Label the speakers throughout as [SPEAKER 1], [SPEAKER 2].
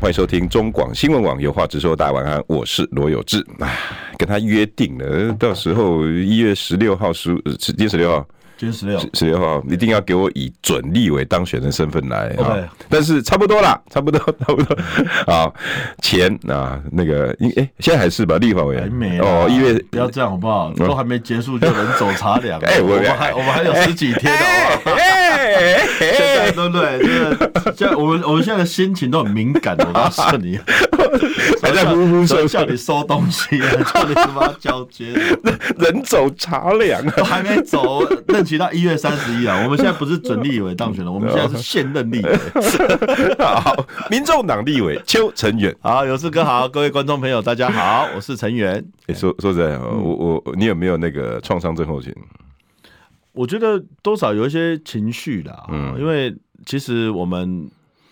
[SPEAKER 1] 欢迎收听中广新闻网，有话直说，大家晚安，我是罗有志。唉跟他约定了，到时候一月十六号、十呃今天十六号、
[SPEAKER 2] 今天十六，
[SPEAKER 1] 十六号一定要给我以准立委当选的身份来啊
[SPEAKER 2] OK
[SPEAKER 1] 但是差不多啦，差不多， 差不多啊。钱啊，那个，因哎、现在还是吧，立法委员
[SPEAKER 2] 还没啦
[SPEAKER 1] 哦，一月
[SPEAKER 2] 不要这样好不好？都还没结束就人走茶凉 了，
[SPEAKER 1] 哎我
[SPEAKER 2] 我们还我们还有十几天好不好？
[SPEAKER 1] 哎哎
[SPEAKER 2] 现在对不对？这个，现在我们我们现在的心情都很敏感的，我告诉你，
[SPEAKER 1] 还在呼呼
[SPEAKER 2] 什
[SPEAKER 1] 声
[SPEAKER 2] 么叫你收东西啊，叫你他妈交 接，
[SPEAKER 1] 人走茶凉啊。
[SPEAKER 2] 都还没走，任期到一月三十一啊！我们现在不是准立委当选了，我们现在
[SPEAKER 1] 哦
[SPEAKER 2] 是现任立委。
[SPEAKER 1] 好，民众党立委邱成远，
[SPEAKER 2] 好，有志哥好，各位观众朋友大家好，我是陈元。
[SPEAKER 1] 哎说说实在，
[SPEAKER 2] 嗯
[SPEAKER 1] 我我你有没有那个创伤症候群？
[SPEAKER 2] 我觉得多少有一些情绪啦，嗯，因为其实我们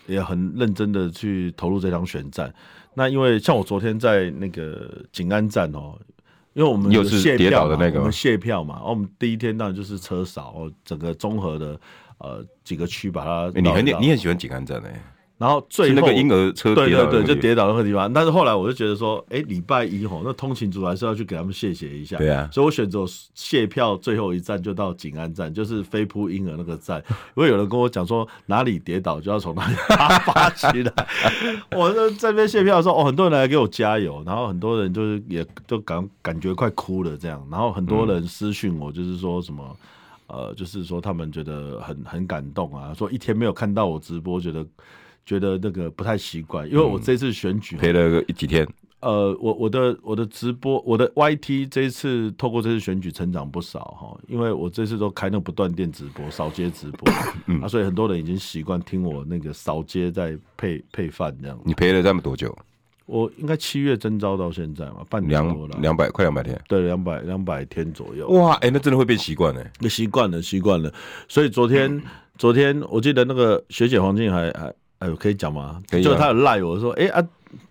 [SPEAKER 2] 也很认真的去投入这场选战。那因为像我昨天在那个景安站哦，因为我们
[SPEAKER 1] 又
[SPEAKER 2] 有
[SPEAKER 1] 是
[SPEAKER 2] 卸
[SPEAKER 1] 跌倒
[SPEAKER 2] 票
[SPEAKER 1] 的
[SPEAKER 2] 嘛
[SPEAKER 1] 那个吗
[SPEAKER 2] 我们卸票嘛，哦，我们第一天当然就是车少，哦，整个综合的呃几个区把它
[SPEAKER 1] 哎你很
[SPEAKER 2] 绕一绕
[SPEAKER 1] 你很喜欢景安站哎、
[SPEAKER 2] 然后
[SPEAKER 1] 是
[SPEAKER 2] 最
[SPEAKER 1] 那
[SPEAKER 2] 后
[SPEAKER 1] 个婴儿车
[SPEAKER 2] 对
[SPEAKER 1] 跌倒的
[SPEAKER 2] 对对，
[SPEAKER 1] 那个
[SPEAKER 2] 就跌倒那个地方。但是后来我就觉得说，哎，礼拜一吼，那通勤族还是要去给他们谢谢一下。
[SPEAKER 1] 对啊
[SPEAKER 2] 所以我选择卸票，最后一站就到景安站，就是飞扑婴儿那个站。因为有人跟我讲说，哪里跌倒就要从哪里爬爬起来。我在这边卸票的时候，哦，很多人来给我加油，然后很多人就是也都感感觉快哭了这样，然后很多人私讯我，就是说什么。呃，就是说他们觉得很很感动啊，说一天没有看到我直播，觉得觉得那个不太习惯，因为我这次选举，
[SPEAKER 1] 陪了个几天，
[SPEAKER 2] 呃，我我的我的直播，我的 YT 这一次透过这次选举成长不少哈，因为我这次都开那个不断电直播，扫街直播，
[SPEAKER 1] 嗯
[SPEAKER 2] 啊，所以很多人已经习惯听我那个扫街在配配饭这样。
[SPEAKER 1] 你陪了这么多久？
[SPEAKER 2] 我应该七月征召到现在嘛，半年多
[SPEAKER 1] 两
[SPEAKER 2] 了，
[SPEAKER 1] 两百快两百天。
[SPEAKER 2] 对两百两百天左右。
[SPEAKER 1] 哇，哎、那真的会变习惯哎。
[SPEAKER 2] 那习惯了，习惯了。所以昨天，
[SPEAKER 1] 嗯
[SPEAKER 2] 昨天我记得那个学姐黄静还还哎呦，可以讲吗？
[SPEAKER 1] 可以啊
[SPEAKER 2] 就她有赖我说，哎、啊，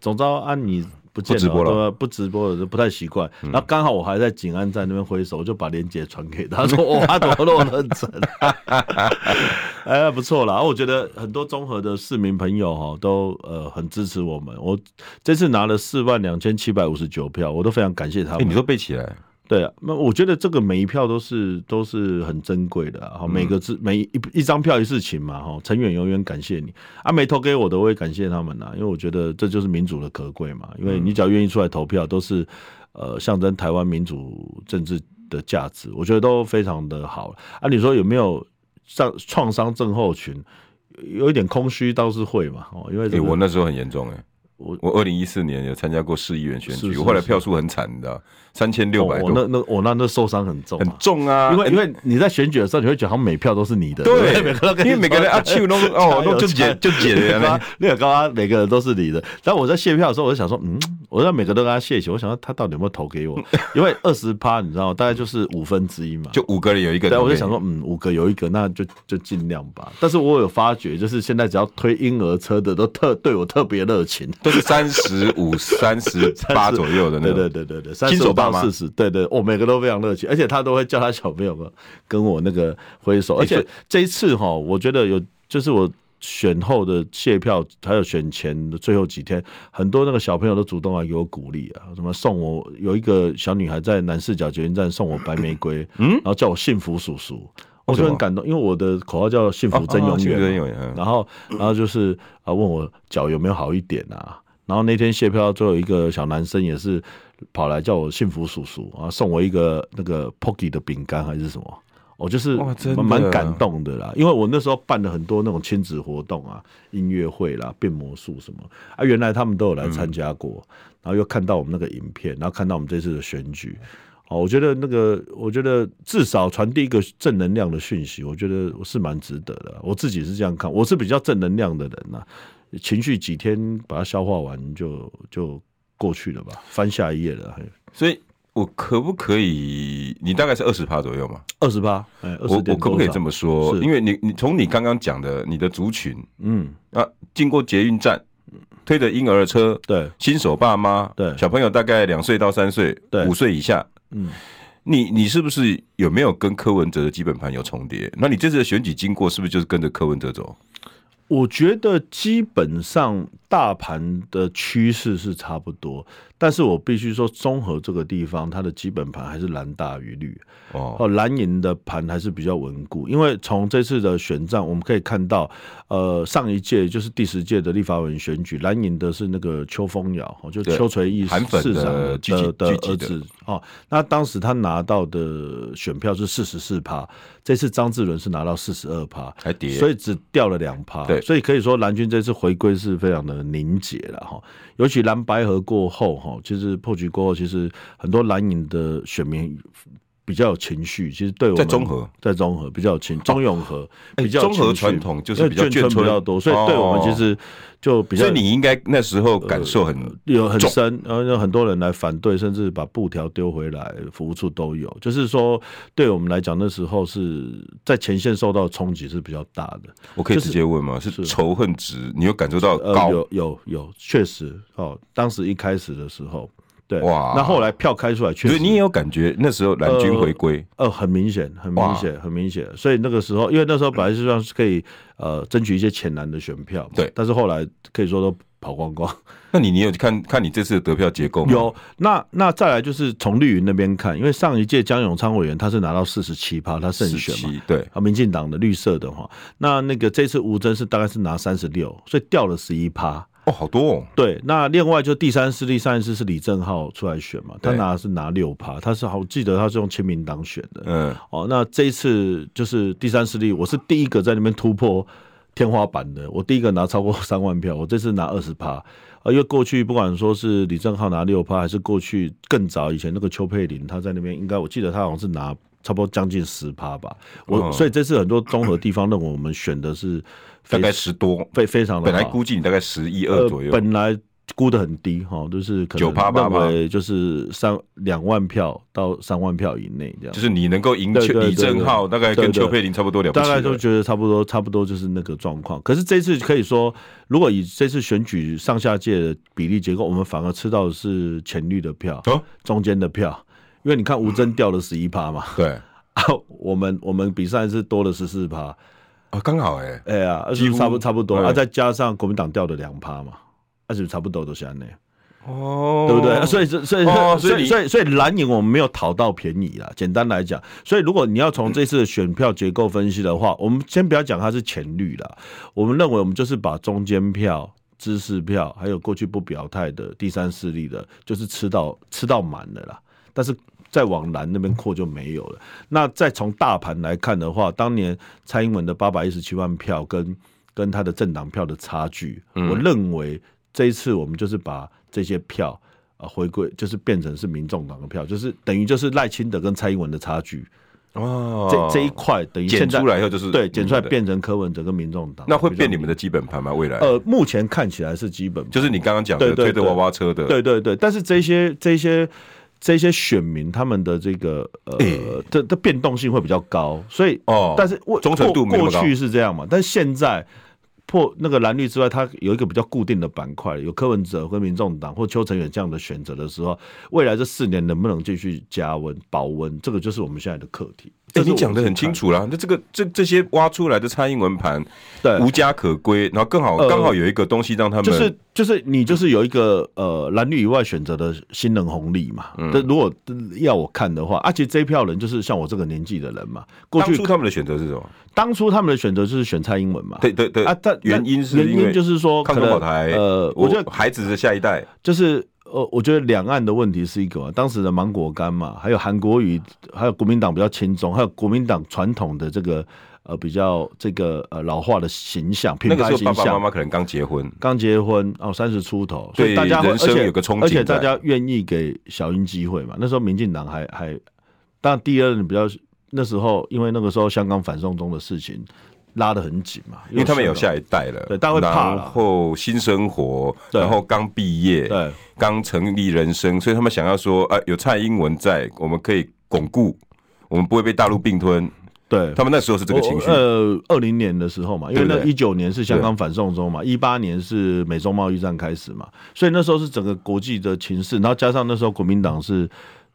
[SPEAKER 2] 总之啊，你不见
[SPEAKER 1] 不直播了嗯
[SPEAKER 2] 对吧不直播了，就不太习惯。然后刚好我还在景安站那边挥手，我就把链接传给她， 说哇，怎么那么认真？ 哎，不错啦。我觉得很多综合的市民朋友哈，都呃很支持我们。我这次拿了四万两千七百五十九票，我都非常感谢他
[SPEAKER 1] 哎、
[SPEAKER 2] 们。
[SPEAKER 1] 你都背起来，
[SPEAKER 2] 对啊，那我觉得这个每一票都是都是很珍贵的啊哈、每个
[SPEAKER 1] 嗯
[SPEAKER 2] 字每一一张票一事情嘛哈，陈远永远感谢你啊，没投给我的我也感谢他们啊呐、因为我觉得这就是民主的可贵嘛，因为
[SPEAKER 1] 嗯
[SPEAKER 2] 你只要愿意出来投票，都是呃象征台湾民主政治的价值，我觉得都非常的好啊。你说有没有上创伤症候群？有一点空虚倒是会嘛哦，因为
[SPEAKER 1] 哎、
[SPEAKER 2] 这个
[SPEAKER 1] 我那时候很严重哎、
[SPEAKER 2] 我
[SPEAKER 1] 我二零一四年有参加过市议员选举，
[SPEAKER 2] 是是
[SPEAKER 1] 我后来票数很惨，你知道，三千六
[SPEAKER 2] 哦我
[SPEAKER 1] 百
[SPEAKER 2] 我
[SPEAKER 1] 多，
[SPEAKER 2] 那那我那那受伤很重、啊，
[SPEAKER 1] 很重啊。
[SPEAKER 2] 因为
[SPEAKER 1] 哎
[SPEAKER 2] 因为你在选举的时候，你会觉得好像每票都是你的，
[SPEAKER 1] 对
[SPEAKER 2] 不每个都跟你
[SPEAKER 1] 因为每个人
[SPEAKER 2] 说
[SPEAKER 1] 啊， 去弄哦，弄就解就解决
[SPEAKER 2] 对
[SPEAKER 1] 了
[SPEAKER 2] 吧。？那个高啊，每个人都是你的。但我在卸票的时候，我就想说，嗯，我让每个都跟他谢谢，我想说他到底有没有投 给我？因为二十趴，你知道，大概就是五分之一嘛。
[SPEAKER 1] 就五个人有一个人，
[SPEAKER 2] 对，我就想说，嗯，五个有一个，那就就尽量吧。但是我有发觉，就是现在只要推婴儿车的，都特对我特别热情。
[SPEAKER 1] 都是三十 五、三十八左右的那
[SPEAKER 2] 对
[SPEAKER 1] 种。
[SPEAKER 2] 对对对对，三
[SPEAKER 1] 新
[SPEAKER 2] 十
[SPEAKER 1] 手
[SPEAKER 2] 五
[SPEAKER 1] 爸
[SPEAKER 2] 到
[SPEAKER 1] 妈
[SPEAKER 2] 四十，对对，我、每个都非常热情，而且他都会叫他小朋友跟跟我那个挥手，而且这一次哈，我觉得有就是我。选后的卸票，还有选前的最后几天，很多那个小朋友都主动来给我鼓励啊，什么送我有一个小女孩在南市角捷运站送我白玫瑰，嗯，然后叫我幸福叔叔，我
[SPEAKER 1] 为什
[SPEAKER 2] 就
[SPEAKER 1] 么
[SPEAKER 2] 很感动，因为我的口号叫幸
[SPEAKER 1] 哦，
[SPEAKER 2] 福真永
[SPEAKER 1] 幸
[SPEAKER 2] 远
[SPEAKER 1] 福
[SPEAKER 2] 嘛，
[SPEAKER 1] 真永远。嗯
[SPEAKER 2] 然后然后就是啊问我脚有没有好一点啊，然后那天卸票最后一个小男生也是跑来叫我幸福叔叔啊，送我一个那个 Pocky 的饼干还是什么。我哦就是
[SPEAKER 1] 哇真的
[SPEAKER 2] 蛮蛮感动的啦，因为我那时候办了很多那种亲子活动啊，音乐会啦、变魔术什么啊，原来他们都有来参加过，然后又看到我们那个影片，然后看到我们这次的选举，哦，我觉得那个，我觉得至少传递一个正能量的讯息，我觉得我是蛮值得的。我自己是这样看，我是比较正能量的人呐、情绪几天把它消化完就就过去了吧，翻下一页了。嘿哎
[SPEAKER 1] 所以我可不可以？你大概是二十趴左右嘛？
[SPEAKER 2] 二十八，哎，
[SPEAKER 1] 我我可不可以这
[SPEAKER 2] 么？
[SPEAKER 1] 么说？
[SPEAKER 2] 是
[SPEAKER 1] 因为你你从你刚刚讲的你的族群
[SPEAKER 2] 嗯，
[SPEAKER 1] 啊，经过捷运站，推着婴儿车，
[SPEAKER 2] 对，
[SPEAKER 1] 新手爸妈，
[SPEAKER 2] 对
[SPEAKER 1] 小朋友大概两岁到三岁，
[SPEAKER 2] 对
[SPEAKER 1] 五岁以下，
[SPEAKER 2] 嗯，
[SPEAKER 1] 你你是不是有没有跟柯文哲的基本盘有重叠？那你这次的选举经过是不是就是跟着柯文哲走？
[SPEAKER 2] 我觉得基本上大盘的趋势是差不多，但是我必须说，综合这个地方，它的基本盘还是蓝大于绿。
[SPEAKER 1] 哦，
[SPEAKER 2] 哦，蓝营的盘还是比较稳固，因为从这次的选战我们可以看到，呃，上一届就是第十届的立法委员选举，蓝营的是那个邱风尧，哦就
[SPEAKER 1] 对
[SPEAKER 2] 邱垂义
[SPEAKER 1] 韩粉
[SPEAKER 2] 市长
[SPEAKER 1] 的聚集
[SPEAKER 2] 的的
[SPEAKER 1] 聚集
[SPEAKER 2] 儿
[SPEAKER 1] 的
[SPEAKER 2] 子哦，那当时他拿到的选票是四十四趴，这次张志伦是拿到四十二趴，
[SPEAKER 1] 还跌，
[SPEAKER 2] 所以只掉了两趴。
[SPEAKER 1] 对
[SPEAKER 2] 所以可以说蓝军这次回归是非常的凝结了哈。尤其蓝白河过后哈，其实破局过后，其实很多蓝营的选民比较有情绪，其实对我们
[SPEAKER 1] 在中和，哦哎
[SPEAKER 2] 在中和比较有情，中永和比较有
[SPEAKER 1] 中和
[SPEAKER 2] 情绪
[SPEAKER 1] 传统就是比较
[SPEAKER 2] 因为眷
[SPEAKER 1] 眷
[SPEAKER 2] 村
[SPEAKER 1] 村哦
[SPEAKER 2] 比较多，所以对我们其实就比较呃
[SPEAKER 1] 所以你应该那时候感受很
[SPEAKER 2] 有很
[SPEAKER 1] 重
[SPEAKER 2] 深，然后有很多人来反对，甚至把布条丢回来，服务处都有。就是说，对我们来讲，那时候是在前线受到冲击是比较大的。
[SPEAKER 1] 我可以
[SPEAKER 2] 就是
[SPEAKER 1] 直接问吗？是
[SPEAKER 2] 是
[SPEAKER 1] 仇恨值，你有感受到
[SPEAKER 2] 呃，
[SPEAKER 1] 高？
[SPEAKER 2] 有有有，确实哦，当时一开始的时候，对，
[SPEAKER 1] 哇
[SPEAKER 2] 那后来票开出来，确
[SPEAKER 1] 所
[SPEAKER 2] 实
[SPEAKER 1] 以你也有感觉那时候蓝军回归，
[SPEAKER 2] 呃，很明显，很明显，很明显。所以那个时候，因为那时候本来是算是可以呃争取一些浅蓝的选票嘛，
[SPEAKER 1] 对
[SPEAKER 2] 但是后来可以说都跑光光。
[SPEAKER 1] 那你你有看看你这次的得票结构吗？
[SPEAKER 2] 有，那那再来就是从绿营那边看，因为上一届江永昌委员他是拿到四十七趴，他胜
[SPEAKER 1] 十
[SPEAKER 2] 选嘛。
[SPEAKER 1] 七，对，
[SPEAKER 2] 啊，民进党的绿色的哈，那那个这次吴征是大概是拿三十六，所以掉了十一趴。
[SPEAKER 1] 哦，好多哦，
[SPEAKER 2] 对，那另外就第三势力，上一次是李正浩出来选嘛，他
[SPEAKER 1] 对
[SPEAKER 2] 拿的是拿六趴，他是好我记得他是用亲民党选的。
[SPEAKER 1] 嗯，
[SPEAKER 2] 哦，那这一次就是第三势力，我是第一个在那边突破天花板的，我第一个拿超过 三万票，我这次拿二十趴。呃，因为过去不管说是李正浩拿六趴，还是过去更早以前那个邱佩林，他在那边应该我记得他好像是拿差不多将近十趴吧。我、
[SPEAKER 1] 哦
[SPEAKER 2] 所以这次很多综合地方认为我们选的是
[SPEAKER 1] 大
[SPEAKER 2] 非
[SPEAKER 1] 概十多，
[SPEAKER 2] 非非常的
[SPEAKER 1] 本来
[SPEAKER 2] 好
[SPEAKER 1] 估计你大概十一二
[SPEAKER 2] 呃，
[SPEAKER 1] 左右，
[SPEAKER 2] 本来估的很低哈，就是可能
[SPEAKER 1] 9%
[SPEAKER 2] 认为就是三两万票到三万票以内这样
[SPEAKER 1] 就。是你能够赢
[SPEAKER 2] 对对对
[SPEAKER 1] 李正浩，大概跟
[SPEAKER 2] 对对
[SPEAKER 1] 邱佩玲差不多了不
[SPEAKER 2] 大
[SPEAKER 1] 起
[SPEAKER 2] 概都
[SPEAKER 1] 了。
[SPEAKER 2] 觉得差不多，差不多就是那个状况。可是这次可以说，如果以这次选举上下届的比例结构，我们反而吃到的是浅绿的票，
[SPEAKER 1] 哦，
[SPEAKER 2] 中间的票，因为你看吴征掉了十一趴嘛，
[SPEAKER 1] 对，
[SPEAKER 2] 啊，我们我们比上一次多了十四趴，
[SPEAKER 1] 啊，刚好哎，
[SPEAKER 2] 哎呀，
[SPEAKER 1] 几乎
[SPEAKER 2] 差不差不多，啊，
[SPEAKER 1] 哎
[SPEAKER 2] 再加上国民党掉了两趴嘛，那就差不多都是安内。
[SPEAKER 1] 哦
[SPEAKER 2] 对不对？所以这所以
[SPEAKER 1] 哦
[SPEAKER 2] 所
[SPEAKER 1] 所以
[SPEAKER 2] 以
[SPEAKER 1] 你
[SPEAKER 2] 所以所以蓝营我们没有讨到便宜啦。简单来讲，所以如果你要从这次的选票结构分析的话，我们先不要讲它是浅绿啦，我们认为我们就是把中间票。知识票，还有过去不表态的第三势力的，就是吃到吃到满了啦。但是再往蓝那边扩就没有了。那再从大盘来看的话，当年蔡英文的八百一十七万票跟跟他的政党票的差距，
[SPEAKER 1] 嗯
[SPEAKER 2] 我认为这一次我们就是把这些票啊、呃回归，就是变成是民众党的票，就是等于就是赖清德跟蔡英文的差距，
[SPEAKER 1] 哦
[SPEAKER 2] 这这一块等于现
[SPEAKER 1] 剪
[SPEAKER 2] 在
[SPEAKER 1] 出来以后就是
[SPEAKER 2] 对剪出来
[SPEAKER 1] 你们的，
[SPEAKER 2] 变成柯文哲跟民众党，
[SPEAKER 1] 那会变你
[SPEAKER 2] 比
[SPEAKER 1] 们的基本盘吗？未来
[SPEAKER 2] 较。呃，目前看起来是基本
[SPEAKER 1] 就是你刚刚讲的
[SPEAKER 2] 对对
[SPEAKER 1] 推
[SPEAKER 2] 对
[SPEAKER 1] 着娃娃车的，
[SPEAKER 2] 对对对，但是这些这些这些选民他们的这个呃，
[SPEAKER 1] 诶
[SPEAKER 2] 这这变动性会比较高，所以
[SPEAKER 1] 哦
[SPEAKER 2] 但是我
[SPEAKER 1] 忠诚度没
[SPEAKER 2] 过
[SPEAKER 1] 那么
[SPEAKER 2] 过
[SPEAKER 1] 高
[SPEAKER 2] 去是这样嘛，但现在。破那个蓝绿之外，它有一个比较固定的板块，有柯文哲跟民众党或邱成远这样的选择的时候，未来这四年能不能继续加温保温，这个就是我们现在的课题。
[SPEAKER 1] 哎、
[SPEAKER 2] 这是
[SPEAKER 1] 你
[SPEAKER 2] 我
[SPEAKER 1] 讲的
[SPEAKER 2] 去
[SPEAKER 1] 很清
[SPEAKER 2] 看，
[SPEAKER 1] 楚啦。那这个这这些挖出来的蔡英文盘
[SPEAKER 2] 对，
[SPEAKER 1] 无家可归，然后更好
[SPEAKER 2] 呃
[SPEAKER 1] 刚好有一个东西让他们
[SPEAKER 2] 就是就是你就是有一个呃蓝绿以外选择的新人红利嘛。
[SPEAKER 1] 嗯
[SPEAKER 2] 这、如果要我看的话，而、且这一票人就是像我这个年纪的人嘛。过
[SPEAKER 1] 当
[SPEAKER 2] 去
[SPEAKER 1] 初他们的选择是什么？
[SPEAKER 2] 当初他们的选择就是选蔡英文嘛。
[SPEAKER 1] 对对对
[SPEAKER 2] 啊，但
[SPEAKER 1] 原因是因
[SPEAKER 2] 原
[SPEAKER 1] 为
[SPEAKER 2] 因就是说
[SPEAKER 1] 抗
[SPEAKER 2] 可
[SPEAKER 1] 中
[SPEAKER 2] 能
[SPEAKER 1] 保台，
[SPEAKER 2] 呃，我
[SPEAKER 1] 我
[SPEAKER 2] 觉得
[SPEAKER 1] 孩子的下一代，
[SPEAKER 2] 就是呃，我觉得两岸的问题是一个嘛，当时的芒果干嘛，还有韩国瑜，还有国民党比较轻松，还有国民党传统的这个呃比较这个呃老化的形象，品
[SPEAKER 1] 那个
[SPEAKER 2] 牌
[SPEAKER 1] 时候
[SPEAKER 2] 形
[SPEAKER 1] 爸爸
[SPEAKER 2] 象
[SPEAKER 1] 妈。妈可能刚结婚，
[SPEAKER 2] 刚结婚哦，三十出头，所
[SPEAKER 1] 对
[SPEAKER 2] 以大家会
[SPEAKER 1] 人生
[SPEAKER 2] 而且
[SPEAKER 1] 有个憧憬
[SPEAKER 2] 而且
[SPEAKER 1] 在
[SPEAKER 2] 大家愿意给小英机会嘛。那时候民进党还还，当然第二你比较那时候，因为那个时候香港反送中的事情，拉得很紧嘛，
[SPEAKER 1] 因为他们有
[SPEAKER 2] 下
[SPEAKER 1] 下一代了，
[SPEAKER 2] 对大家会怕啦
[SPEAKER 1] 然后新生活，
[SPEAKER 2] 对
[SPEAKER 1] 然后刚毕业，
[SPEAKER 2] 对
[SPEAKER 1] 刚成立人生，所以他们想要说，啊，有蔡英文在，我们可以巩固，我们不会被大陆并吞。
[SPEAKER 2] 对
[SPEAKER 1] 他们那时候是这个情绪
[SPEAKER 2] 我，呃，二零年的时候嘛，因为
[SPEAKER 1] 对
[SPEAKER 2] 那
[SPEAKER 1] 不对
[SPEAKER 2] 一九年是香港反送中嘛，一八年是美中贸易战开始嘛，所以那时候是整个国际的情势，然后加上那时候国民党是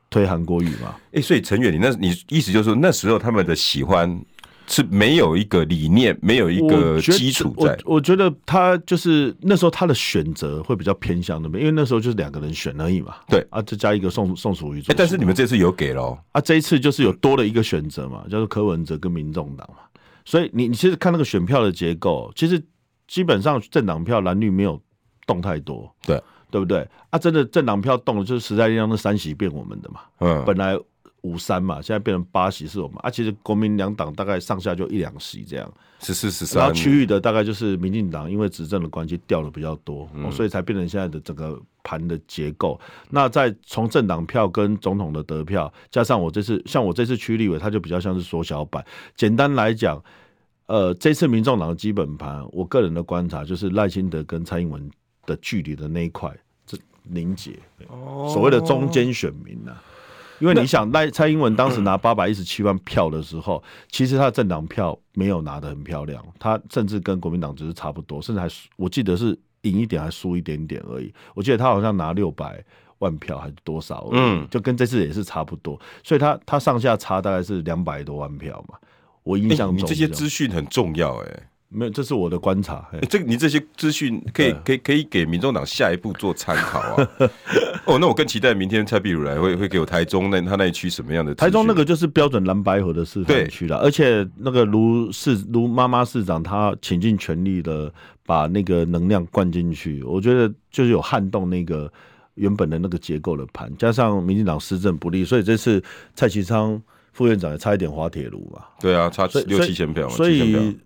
[SPEAKER 2] 推韩国语嘛，
[SPEAKER 1] 哎、所以陈远，你那你意思就是说，那时候他们的喜欢是没有一个理念，没有一个
[SPEAKER 2] 我觉得
[SPEAKER 1] 基础在。
[SPEAKER 2] 我我觉得他就是那时候他的选择会比较偏向那边，因为那时候就是两个人选而已嘛。
[SPEAKER 1] 对
[SPEAKER 2] 啊，再加一个宋宋楚瑜主
[SPEAKER 1] 哎、
[SPEAKER 2] 席。
[SPEAKER 1] 但是你们这次有给喽，
[SPEAKER 2] 啊，这一次就是
[SPEAKER 1] 嗯
[SPEAKER 2] 有多了一个选择嘛，叫做柯文哲跟民众党嘛。所以你你其实看那个选票的结构，其实基本上政党票蓝绿没有动太多，
[SPEAKER 1] 对
[SPEAKER 2] 对不对？啊，真的政党票动了，就是时代力量那三席变我们的嘛，
[SPEAKER 1] 嗯，
[SPEAKER 2] 本来五三嘛，现在变成八席是我们啊。其实国民两党大概上下就一两席这样。
[SPEAKER 1] 十四十三
[SPEAKER 2] 然后，区域的大概就是民进党因为执政的关系掉的比较多、
[SPEAKER 1] 嗯
[SPEAKER 2] 哦所以才变成现在的整个盘的结构。那再从政党票跟总统的得票，加上我这次像我这次区立委，它就比较像是缩小版。简单来讲，呃，这次民众党的基本盘，我个人的观察就是赖清德跟蔡英文的距离的那一块，这凝结
[SPEAKER 1] 哦
[SPEAKER 2] 所谓的中间选民呐、因为你想，赖蔡英文当时
[SPEAKER 1] 嗯
[SPEAKER 2] 拿八百一十七万票的时候，其实他的政党票没有拿得很漂亮，他甚至跟国民党只是差不多，甚至还输我记得是赢一点还输一点点而已。我记得他好像拿六百万票还是多少，嗯
[SPEAKER 1] 嗯，
[SPEAKER 2] 就跟这次也是差不多，所以他他上下差大概是两百多万票嘛。我印
[SPEAKER 1] 哎
[SPEAKER 2] 象中
[SPEAKER 1] 你
[SPEAKER 2] 是
[SPEAKER 1] 这
[SPEAKER 2] 这
[SPEAKER 1] 些
[SPEAKER 2] 样、
[SPEAKER 1] 资讯很重要、哎。
[SPEAKER 2] 没有，这是我的观察。嘿
[SPEAKER 1] 欸这个你这些资讯可
[SPEAKER 2] 嗯
[SPEAKER 1] 以可以可以给民众党下一步做参考啊。 哦，那我更期待明天蔡壁如来会会给我台中那他那一区什么样的资讯
[SPEAKER 2] 台中那个就是标准蓝白河的示范区了，而且那个卢市卢妈妈市长她倾尽全力的把那个能量灌进去，我觉得就是有撼动那个原本的那个结构的盘，加上民进党施政不力，所以这次蔡其昌副院长也差一点滑铁卢嘛，
[SPEAKER 1] 对啊，差
[SPEAKER 2] 所以
[SPEAKER 1] 六七千票嘛，
[SPEAKER 2] 所
[SPEAKER 1] 七千票
[SPEAKER 2] 以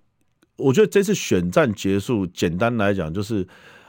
[SPEAKER 2] 我觉得这次选战结束，简单来讲就是，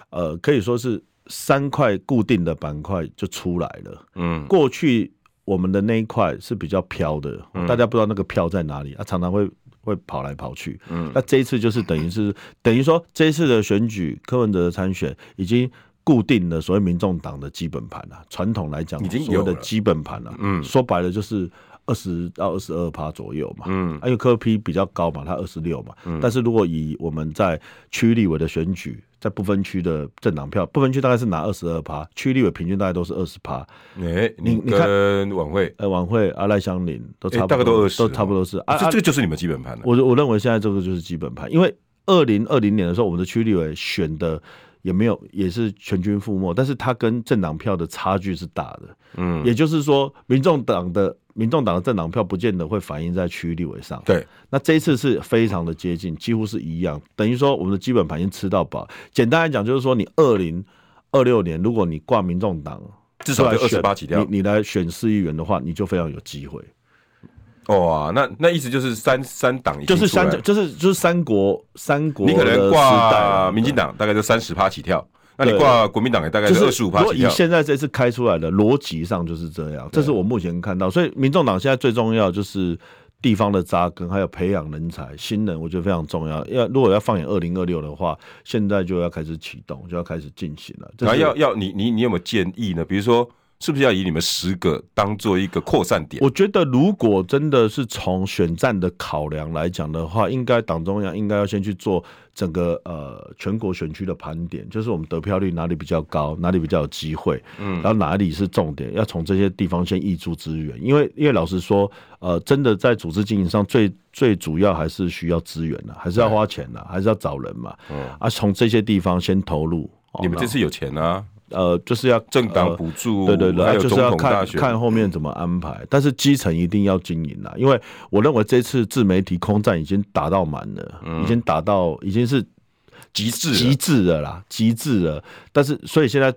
[SPEAKER 2] 呃，可以说是三块固定的板块就出来了。
[SPEAKER 1] 嗯，
[SPEAKER 2] 过去我们的那一块是比较飘的，
[SPEAKER 1] 嗯
[SPEAKER 2] 大家不知道那个飘在哪里啊，常常会会跑来跑去。嗯，那这一次就是等于是 等于说这一次的选举，柯文哲的参选已经。固定了所谓民众党的基本盘啊，传统来讲
[SPEAKER 1] 已经有
[SPEAKER 2] 所谓的
[SPEAKER 1] 了
[SPEAKER 2] 基本盘啊，嗯，说白了就是二十到二十二趴左右嘛，嗯，因为科批比较高嘛，它二十六嘛，
[SPEAKER 1] 嗯
[SPEAKER 2] 但是如果以我们在区立委的选举，在不分区的政党票，不分区大概是拿二十二趴，区立委平均大概都是二十趴，
[SPEAKER 1] 哎，
[SPEAKER 2] 你
[SPEAKER 1] 你
[SPEAKER 2] 你看
[SPEAKER 1] 跟晚会，
[SPEAKER 2] 呃，晚会、阿赖香林都
[SPEAKER 1] 哎
[SPEAKER 2] 差不多，
[SPEAKER 1] 大概都20
[SPEAKER 2] 差不多是。啊，
[SPEAKER 1] 这
[SPEAKER 2] 啊
[SPEAKER 1] 这个就是你们基本盘了。
[SPEAKER 2] 我我认为现在这个就是基本盘，因为二零二零年的时候，我们的区立委选的也没有，也是全军覆没，但是他跟政党票的差距是大的。嗯，也就是说，民众党的民众党的政党票不见得会反映在区立委上。
[SPEAKER 1] 对，
[SPEAKER 2] 那这一次是非常的接近，几乎是一样，等于说我们的基本盘已经吃到饱。简单来讲，就是说你二零二六年，如果你挂民众党。
[SPEAKER 1] 至少
[SPEAKER 2] 出
[SPEAKER 1] 得
[SPEAKER 2] 啊来选
[SPEAKER 1] 28起跳
[SPEAKER 2] 你你来选市议员的话，你就非常有机会。
[SPEAKER 1] 哇，那那意思就是三三党已
[SPEAKER 2] 就
[SPEAKER 1] 经
[SPEAKER 2] 是
[SPEAKER 1] 出来
[SPEAKER 2] 三
[SPEAKER 1] 了，
[SPEAKER 2] 就是就是三国三国
[SPEAKER 1] 你可能
[SPEAKER 2] 的时代
[SPEAKER 1] 挂
[SPEAKER 2] 啊
[SPEAKER 1] 民进党大概就三十趴起跳，那你
[SPEAKER 2] 对
[SPEAKER 1] 挂国民党也大概
[SPEAKER 2] 就是
[SPEAKER 1] 二十五趴
[SPEAKER 2] 如果
[SPEAKER 1] 起
[SPEAKER 2] 以
[SPEAKER 1] 跳。
[SPEAKER 2] 现在这次开出来的逻辑上就是这样，这是我目前看到。所以民众党现在最重要就是地方的扎根，还有培养人才、新人，我觉得非常重要。要如果要放眼二零二六的话，现在就要开始启动，就要开始进行了。这
[SPEAKER 1] 然
[SPEAKER 2] 是
[SPEAKER 1] 后要要你你你有没有建议呢？比如说，是不是要以你们十个当做一个扩散点？
[SPEAKER 2] 我觉得，如果真的是从选战的考量来讲的话，应该党中央应该要先去做整个呃全国选区的盘点，就是我们得票率哪里比较高，哪里比较有机会，嗯，然后哪里是重点，要从这些地方先挹注资源，因为因为老实说，呃，真的在组织经营上最最主要还是需要资源啊的、还是要花钱的、还是要找人嘛，嗯，啊，从这些地方先投入。哦
[SPEAKER 1] 你们这次有钱啊？
[SPEAKER 2] 呃，就是要
[SPEAKER 1] 政党
[SPEAKER 2] 呃
[SPEAKER 1] 补助，
[SPEAKER 2] 对对对，
[SPEAKER 1] 还
[SPEAKER 2] 啊
[SPEAKER 1] 有
[SPEAKER 2] 就
[SPEAKER 1] 总
[SPEAKER 2] 是要
[SPEAKER 1] 统大
[SPEAKER 2] 看
[SPEAKER 1] 选，
[SPEAKER 2] 看后面怎么安排。但是基层一定要经营啦，因为我认为这次自媒体空战已经打到满了，已经打到已经是
[SPEAKER 1] 嗯极致
[SPEAKER 2] 极
[SPEAKER 1] 了，
[SPEAKER 2] 致了啦，极致了。但是所以现在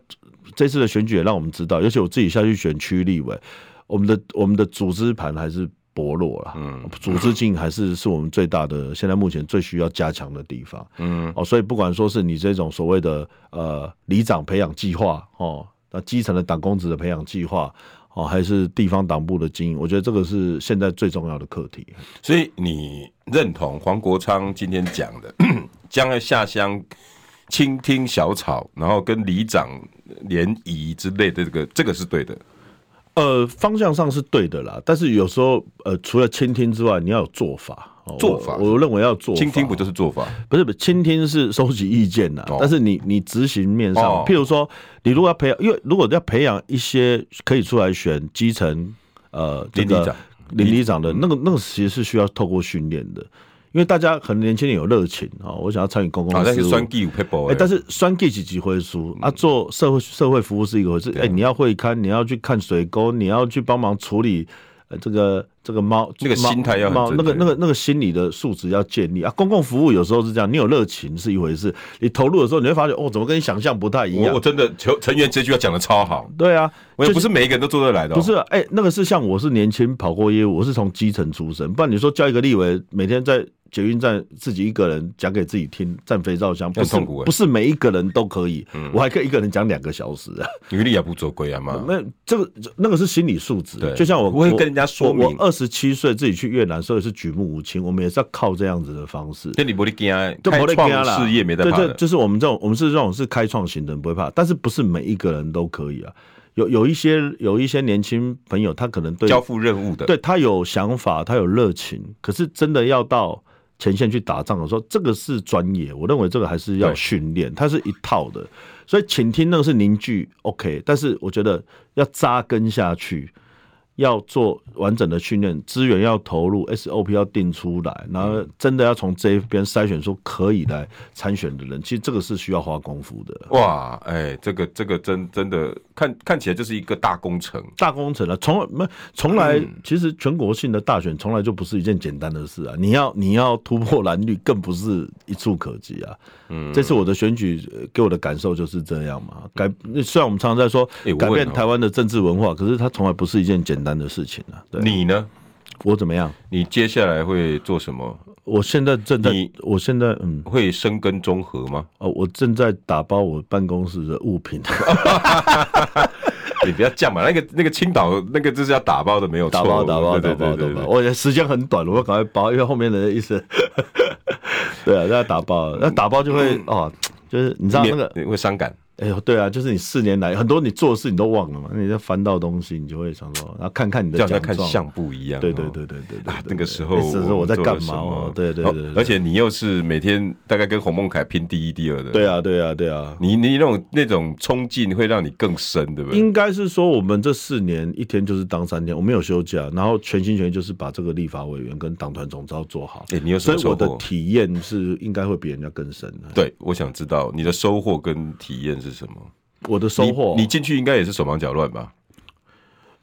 [SPEAKER 2] 这次的选举也让我们知道，尤其我自己下去选区立委，我们的我们的组织盘还是薄弱啦，嗯，组织性还是是我们最大的现在目前最需要加强的地方。
[SPEAKER 1] 嗯，
[SPEAKER 2] 哦，所以不管说是你这种所谓的呃里长培养计划哦，那基层的党工职的培养计划，哦，还是地方党部的经营，我觉得这个是现在最重要的课题。
[SPEAKER 1] 所以你认同黄国昌今天讲的，将要下乡倾听小草，然后跟里长联谊之类的，这个这个是对的。
[SPEAKER 2] 呃，方向上是对的啦，但是有时候呃，除了倾听之外，你要有做法。哦
[SPEAKER 1] 做法
[SPEAKER 2] 我，我认为要做法。
[SPEAKER 1] 倾听不就是做法？
[SPEAKER 2] 不是不是，倾听是收集意见呐、
[SPEAKER 1] 哦
[SPEAKER 2] 但是你你执行面上，
[SPEAKER 1] 哦
[SPEAKER 2] 譬如说，你如果要培养，因为如果要培养一些可以出来选基层呃这
[SPEAKER 1] 邻
[SPEAKER 2] 个
[SPEAKER 1] 里长
[SPEAKER 2] 邻里长的那个那个，其实是需要透过训练的，因为大家可能年轻人有热情啊、哦，我想要参与公共
[SPEAKER 1] 好
[SPEAKER 2] 的
[SPEAKER 1] 像
[SPEAKER 2] 事
[SPEAKER 1] 是
[SPEAKER 2] 务。
[SPEAKER 1] 酸 G 五 p e o
[SPEAKER 2] 哎、但是酸 G 几几回
[SPEAKER 1] 嗯
[SPEAKER 2] 输啊？做社会社会服务是一个回事。
[SPEAKER 1] 啊
[SPEAKER 2] 哎、你要会看，你要去看水沟，你要去帮忙处理呃这个这个猫，
[SPEAKER 1] 那个
[SPEAKER 2] 猫
[SPEAKER 1] 心态要很
[SPEAKER 2] 猫
[SPEAKER 1] 正
[SPEAKER 2] 那个
[SPEAKER 1] 确
[SPEAKER 2] 那个那个心理的素质要建立啊。公共服务有时候是这样，你有热情是一回事，你投入的时候你会发觉哦，怎么跟你想象不太一
[SPEAKER 1] 我我
[SPEAKER 2] 样？
[SPEAKER 1] 真的成成员这句话讲的超好，
[SPEAKER 2] 对啊，
[SPEAKER 1] 我也
[SPEAKER 2] 就是
[SPEAKER 1] 不是每一个人都做得来的、哦，
[SPEAKER 2] 不是，哎、那个是像我是年轻跑过业务，我是从基层出身，不然你说叫一个立委每天在捷运站自己一个人讲给自己听，站肥皂箱，不
[SPEAKER 1] 很
[SPEAKER 2] 是
[SPEAKER 1] 痛苦嗯哎
[SPEAKER 2] 不是每一个人都可以，我还可以一个人讲两个小时啊。
[SPEAKER 1] 女力也不做鬼啊嘛。
[SPEAKER 2] 那这个那个是心理素质
[SPEAKER 1] 对，
[SPEAKER 2] 就像我
[SPEAKER 1] 我会跟人家说明
[SPEAKER 2] 我二十七岁自己去越南，所以是举目无亲，我们也是要靠这样子的方式。
[SPEAKER 1] 那你不得惊啊？
[SPEAKER 2] 就
[SPEAKER 1] 开
[SPEAKER 2] 不会怕
[SPEAKER 1] 创
[SPEAKER 2] 啦
[SPEAKER 1] 事业没得怕
[SPEAKER 2] 对
[SPEAKER 1] 的
[SPEAKER 2] 对，，就是我们这种，我们是这种是开创型的，不会怕，但是不是每一个人都可以啊。有有一些有一些年轻朋友，他可能对
[SPEAKER 1] 交付任务的。
[SPEAKER 2] 对他有想法，他有热情，可是真的要到前线去打仗的时候，这个是专业，我认为这个还是要
[SPEAKER 1] 对
[SPEAKER 2] 训练，它是一套的。所以倾听那个是凝聚，OK，但是我觉得要扎根下去，要做完整的训练，资源要投入，SOP 要定出来，然后真的要从这一边筛选出可以来参选的人，其实这个是需要花功夫的。
[SPEAKER 1] 哇，哎、这个这个真真的看看起来就是一个大工程，
[SPEAKER 2] 大工程了，从没从来，
[SPEAKER 1] 嗯
[SPEAKER 2] 其实全国性的大选从来就不是一件简单的事啊！你要你要突破蓝绿，更不是一触可及啊！嗯，这次我的选举呃给我的感受就是这样嘛。改虽然我们常常在说
[SPEAKER 1] 诶我问
[SPEAKER 2] 改变
[SPEAKER 1] 哦
[SPEAKER 2] 台湾的政治文化，可是它从来不是一件简单的事情啊。对，
[SPEAKER 1] 你呢？
[SPEAKER 2] 我怎么样？
[SPEAKER 1] 你接下来会做什么？
[SPEAKER 2] 我现在正在
[SPEAKER 1] 你，
[SPEAKER 2] 我现在嗯
[SPEAKER 1] 会深耕中和吗？
[SPEAKER 2] 哦，我正在打包我办公室的物品，
[SPEAKER 1] 你不要这样嘛，那个那个青岛那个就是要打包的，没有错
[SPEAKER 2] 打包打包打
[SPEAKER 1] 对对
[SPEAKER 2] 包
[SPEAKER 1] 对对对
[SPEAKER 2] 打包，
[SPEAKER 1] 对
[SPEAKER 2] 我觉得时间很短了，我要赶快包，因为后面的人一直， 对啊，那打包，那打包就会
[SPEAKER 1] 嗯
[SPEAKER 2] 哦，就是你知道那个，
[SPEAKER 1] 免会伤感。
[SPEAKER 2] 哎呦，对啊，就是你四年来很多你做的事你都忘了嘛，你在翻到东西，你就会想说，然后看看你的
[SPEAKER 1] 这样在
[SPEAKER 2] 奖
[SPEAKER 1] 看
[SPEAKER 2] 状，
[SPEAKER 1] 相不一样哦，
[SPEAKER 2] 对对对对对对
[SPEAKER 1] 啊，，
[SPEAKER 2] 对
[SPEAKER 1] 那个时候
[SPEAKER 2] 哎是是我在
[SPEAKER 1] 做了
[SPEAKER 2] 干
[SPEAKER 1] 什
[SPEAKER 2] 嘛
[SPEAKER 1] 么
[SPEAKER 2] 哦？对对对，对
[SPEAKER 1] 而且你又是每天大概跟洪孟凯拼第一、第二的，
[SPEAKER 2] 对啊对啊对啊，
[SPEAKER 1] 你你那种那种冲劲会让你更深，对不对？
[SPEAKER 2] 应该是说，我们这四年一天就是当三天，我没有休假，然后全心全意就是把这个立法委员跟党团总召做好。
[SPEAKER 1] 哎你有什
[SPEAKER 2] 所
[SPEAKER 1] 么
[SPEAKER 2] 以我
[SPEAKER 1] 收获
[SPEAKER 2] 的体验是应该会比人家更深的。
[SPEAKER 1] 对，我想知道你的收获跟体验是什么？
[SPEAKER 2] 我的收获，哦
[SPEAKER 1] 你你进去应该也是手忙脚乱吧？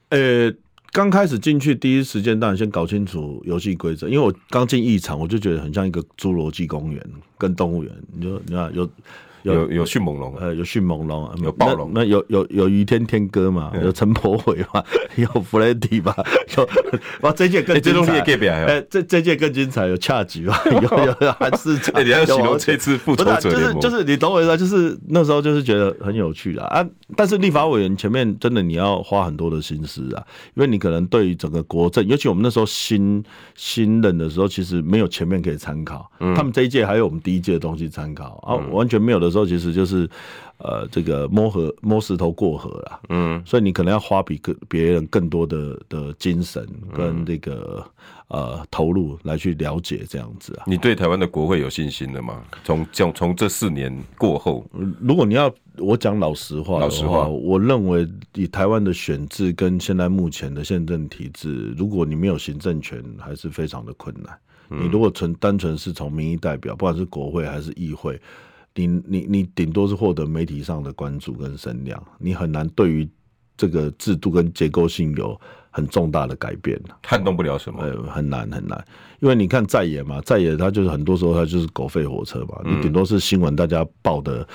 [SPEAKER 2] 呃，刚开始进去第一时间当然先搞清楚游戏规则，因为我刚进一场，我就觉得很像一个侏罗纪公园跟动物园，你就你看有有
[SPEAKER 1] 有有迅猛龙，
[SPEAKER 2] 呃，有迅猛龙，呃
[SPEAKER 1] 有暴龙
[SPEAKER 2] 那那有有有于天天哥嘛，有陈柏伟嘛， 有弗雷迪嘛，有哇，这届更
[SPEAKER 1] 哎这
[SPEAKER 2] 精
[SPEAKER 1] 种你
[SPEAKER 2] 彩
[SPEAKER 1] 也。给还有。
[SPEAKER 2] 哎、这这届更精彩，有恰吉嘛， 有有有韩市长，
[SPEAKER 1] 哎，你要形容
[SPEAKER 2] 有
[SPEAKER 1] 这次复
[SPEAKER 2] 不
[SPEAKER 1] 仇
[SPEAKER 2] 是啊、
[SPEAKER 1] 者
[SPEAKER 2] 就
[SPEAKER 1] 联
[SPEAKER 2] 是
[SPEAKER 1] 盟，
[SPEAKER 2] 就是你懂我意思啊，就是那时候就是觉得很有趣啦啊。但是立法委员前面真的你要花很多的心思啊，因为你可能对于整个国政，尤其我们那时候新新任的时候，其实没有前面可以参考，
[SPEAKER 1] 嗯
[SPEAKER 2] 他们这一届还有我们第一届的东西参考啊，完全没有的时候，其实就是呃这个摸河摸石头过河啦。
[SPEAKER 1] 嗯，
[SPEAKER 2] 所以你可能要花比个别人更多的的精神
[SPEAKER 1] 嗯
[SPEAKER 2] 跟这个、呃投入来去了解这样子啊。
[SPEAKER 1] 你对台湾的国会有信心了吗？从从从这四年过后，
[SPEAKER 2] 如果你要我讲老实话
[SPEAKER 1] 老
[SPEAKER 2] 的
[SPEAKER 1] 实话
[SPEAKER 2] 话，我认为以台湾的选制跟现在目前的宪政体制，如果你没有行政权，还是非常的困难。
[SPEAKER 1] 嗯
[SPEAKER 2] 你如果纯单纯是从民意代表，不管是国会还是议会，你你你顶多是获得媒体上的关注跟声量，你很难对于这个制度跟结构性有很重大的改变。
[SPEAKER 1] 撼动不了什么。
[SPEAKER 2] 呃，很难很难，因为你看在野嘛，在野他就是很多时候他就是狗吠火车嘛，你顶多是新闻大家报的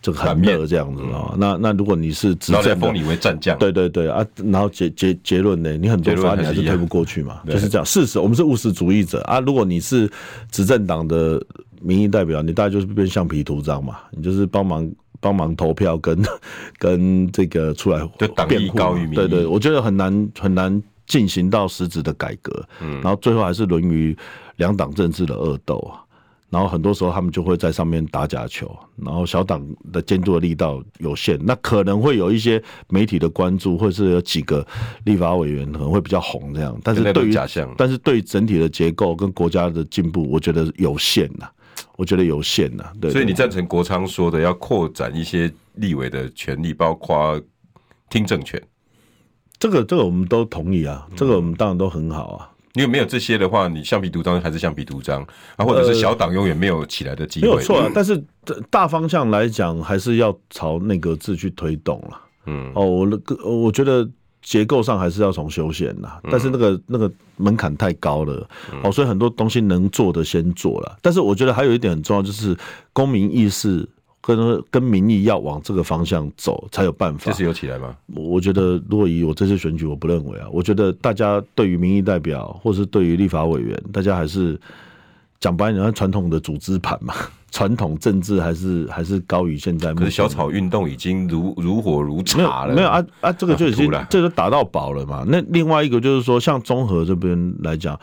[SPEAKER 2] 这个
[SPEAKER 1] 嗯版
[SPEAKER 2] 很
[SPEAKER 1] 面
[SPEAKER 2] 热这样子啊、那那如果你是执
[SPEAKER 1] 然后再
[SPEAKER 2] 政的
[SPEAKER 1] 封，你为战将，
[SPEAKER 2] 对对对啊，然后结结结论呢，你很
[SPEAKER 1] 结
[SPEAKER 2] 多
[SPEAKER 1] 论
[SPEAKER 2] 法
[SPEAKER 1] 还
[SPEAKER 2] 你还
[SPEAKER 1] 是
[SPEAKER 2] 是
[SPEAKER 1] 一样
[SPEAKER 2] 推不过去嘛，就是这样。事实我们是务实主义者啊，如果你是执政党的民意代表，你大概就是变橡皮图章嘛，你就是帮忙帮忙投票跟 跟这个出来
[SPEAKER 1] 就党意
[SPEAKER 2] 辩护嘛
[SPEAKER 1] 高于民意
[SPEAKER 2] 对对，我觉得很难很难进行到实质的改革，嗯，然后最后还是沦于两党政治的恶斗啊。然后很多时候他们就会在上面打假球，然后小党的监督的力道有限，那可能会有一些媒体的关注，或是有几个立法委员可能会比较红这样，但
[SPEAKER 1] 现在
[SPEAKER 2] 是
[SPEAKER 1] 都
[SPEAKER 2] 对于
[SPEAKER 1] 假象
[SPEAKER 2] 但是对整体的结构跟国家的进步，我觉得有限呐、我觉得有限呐、对，
[SPEAKER 1] 所以你
[SPEAKER 2] 对
[SPEAKER 1] 赞成国昌说的要扩展一些立委的权利，包括听证权。
[SPEAKER 2] 这个这个我们都同意啊，这个我们当然都很好啊。
[SPEAKER 1] 因为没有这些的话，你橡皮图章还是橡皮图章啊，或者是小党永远没有起来的机会。
[SPEAKER 2] 呃
[SPEAKER 1] 嗯
[SPEAKER 2] 没有错啊，但是呃大方向来讲，还是要朝内阁制去推动了。
[SPEAKER 1] 嗯，
[SPEAKER 2] 哦，我的个我觉得结构上还是要从修宪啦，
[SPEAKER 1] 嗯
[SPEAKER 2] 但是那个那个门槛太高了。哦，所以很多东西能做的先做了，但是我觉得还有一点很重要，就是公民意识跟跟民意要往这个方向走，才有办法
[SPEAKER 1] 这。次有起来吗？
[SPEAKER 2] 我我觉得，若以我这次选举，我不认为啊，我觉得大家对于民意代表或是对于立法委员，大家还是讲白点，传统的组织盘嘛，传统政治还是还是高于现在目前。
[SPEAKER 1] 可是小草运动已经如如火如
[SPEAKER 2] 没
[SPEAKER 1] 茶了，
[SPEAKER 2] 有没有啊啊，这个就已
[SPEAKER 1] 啊
[SPEAKER 2] 经
[SPEAKER 1] 吐了
[SPEAKER 2] 这就打到饱了嘛。那另外一个就是说，像中和这边来讲，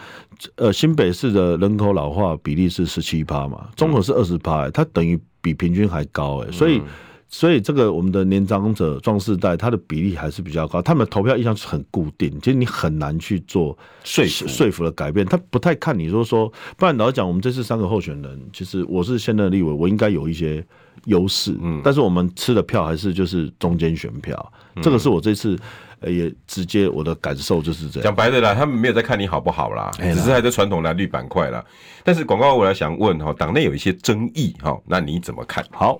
[SPEAKER 2] 呃，新北市的人口老化比例是十七趴嘛，中和是
[SPEAKER 1] 嗯
[SPEAKER 2] 二十趴，欸它等于比平均还高哎、欸所以。所以这个我们的年长者壮世代，它的比例还是比较高，他们投票意向是很固定，其实你很难去做
[SPEAKER 1] 说服
[SPEAKER 2] 说说服的改变，他不太看你说说，不然老实讲，我们这次三个候选人，其实我是现任立委，我应该有一些优势，嗯，但是我们吃的票还是就是中间选票，
[SPEAKER 1] 嗯
[SPEAKER 2] 这个是我这次呃也直接我的感受就是这样，
[SPEAKER 1] 讲白的啦，他们没有在看你好不好啦，
[SPEAKER 2] 哎
[SPEAKER 1] 只是还在传统蓝绿板块啦。但是广告我来想问哈，党内有一些争议哈，那你怎么看？
[SPEAKER 2] 好。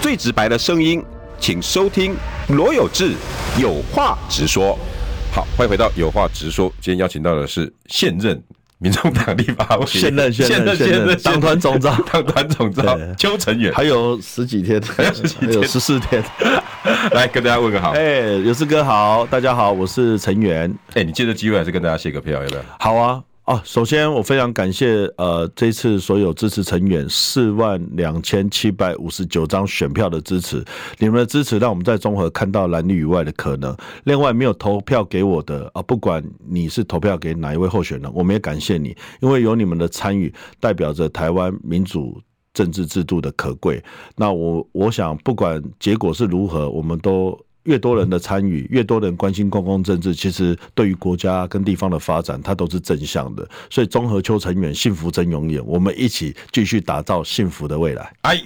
[SPEAKER 3] 最直白的声音，请收听罗有志有话直说。
[SPEAKER 1] 好，欢迎回到有话直说，今天邀请到的是现任民众党立法委员
[SPEAKER 2] 现任现
[SPEAKER 1] 现
[SPEAKER 2] 任
[SPEAKER 1] 任
[SPEAKER 2] 现
[SPEAKER 1] 现
[SPEAKER 2] 任
[SPEAKER 1] 任
[SPEAKER 2] 党团总召
[SPEAKER 1] 党团总召
[SPEAKER 2] 对
[SPEAKER 1] 邱成远，
[SPEAKER 2] 还有十几天，还
[SPEAKER 1] 有十几天
[SPEAKER 2] 有十 四天。
[SPEAKER 1] 来跟大家问个好。
[SPEAKER 2] 哎、有志哥好，大家好，我是陈源。
[SPEAKER 1] 哎、你借这机会还是跟大家谢个票，要不要？
[SPEAKER 2] 好啊，哦，首先我非常感谢呃这一次所有支持成员四万两千七百五十九张选票的支持，你们的支持让我们在综合看到蓝绿以外的可能。另外没有投票给我的啊、不管你是投票给哪一位候选人，我们也感谢你，因为有你们的参与，代表着台湾民主。政治制度的可贵，那我我想，不管结果是如何，我们都越多人的参与，
[SPEAKER 1] 嗯
[SPEAKER 2] 越多人关心公共政治，其实对于国家跟地方的发展，它都是正向的。所以，综合邱成远，幸福真永远，我们一起继续打造幸福的未来。
[SPEAKER 1] 哎，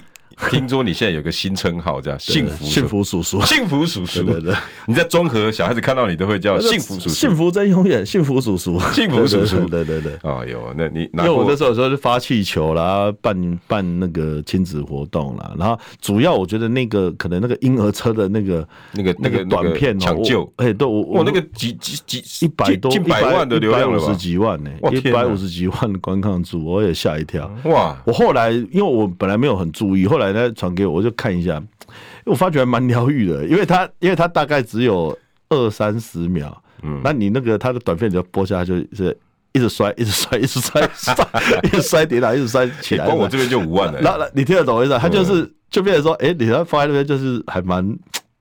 [SPEAKER 1] 听说你现在有个新称号，叫幸福
[SPEAKER 2] 幸福叔叔，
[SPEAKER 1] 幸福叔叔。
[SPEAKER 2] 对对对
[SPEAKER 1] 你在中和，小孩子看到你都会叫幸福叔叔
[SPEAKER 2] 幸。福真永远，幸福叔叔，
[SPEAKER 1] 幸福叔叔
[SPEAKER 2] 对对对对对。
[SPEAKER 1] 哦，有，那你
[SPEAKER 2] 因
[SPEAKER 1] 拿
[SPEAKER 2] 为我
[SPEAKER 1] 过
[SPEAKER 2] 那时候有时候就发气球啦，办办那个亲子活动啦，然后主要我觉得那个可能那个婴儿车的那个
[SPEAKER 1] 那个那
[SPEAKER 2] 那
[SPEAKER 1] 个
[SPEAKER 2] 个短片哦
[SPEAKER 1] 抢救
[SPEAKER 2] 我，哎，对我
[SPEAKER 1] 哇，那个几几几
[SPEAKER 2] 一百多
[SPEAKER 1] 近近百万的流量了
[SPEAKER 2] 五十
[SPEAKER 1] 吧？
[SPEAKER 2] 几万呢、
[SPEAKER 1] 哇
[SPEAKER 2] 一
[SPEAKER 1] 天
[SPEAKER 2] 百
[SPEAKER 1] 哪
[SPEAKER 2] 五十几万的观看数，我也吓一跳。
[SPEAKER 1] 哇，
[SPEAKER 2] 我后来因为我本来没有很注意，后来他传给我，我就看一下，因为我发觉还蛮疗愈的，因为他因为他大概只有二三十秒，嗯，那你那个他的短片只要播下去就是。一直摔，一直摔，一直摔，摔，一直摔跌倒，一直摔起来。
[SPEAKER 1] 光我这边就五万
[SPEAKER 2] 那
[SPEAKER 1] 了。
[SPEAKER 2] 那你听得懂
[SPEAKER 1] 嗯
[SPEAKER 2] 我意思啊？他就是就变成说，哎、你他放在那边就是还蛮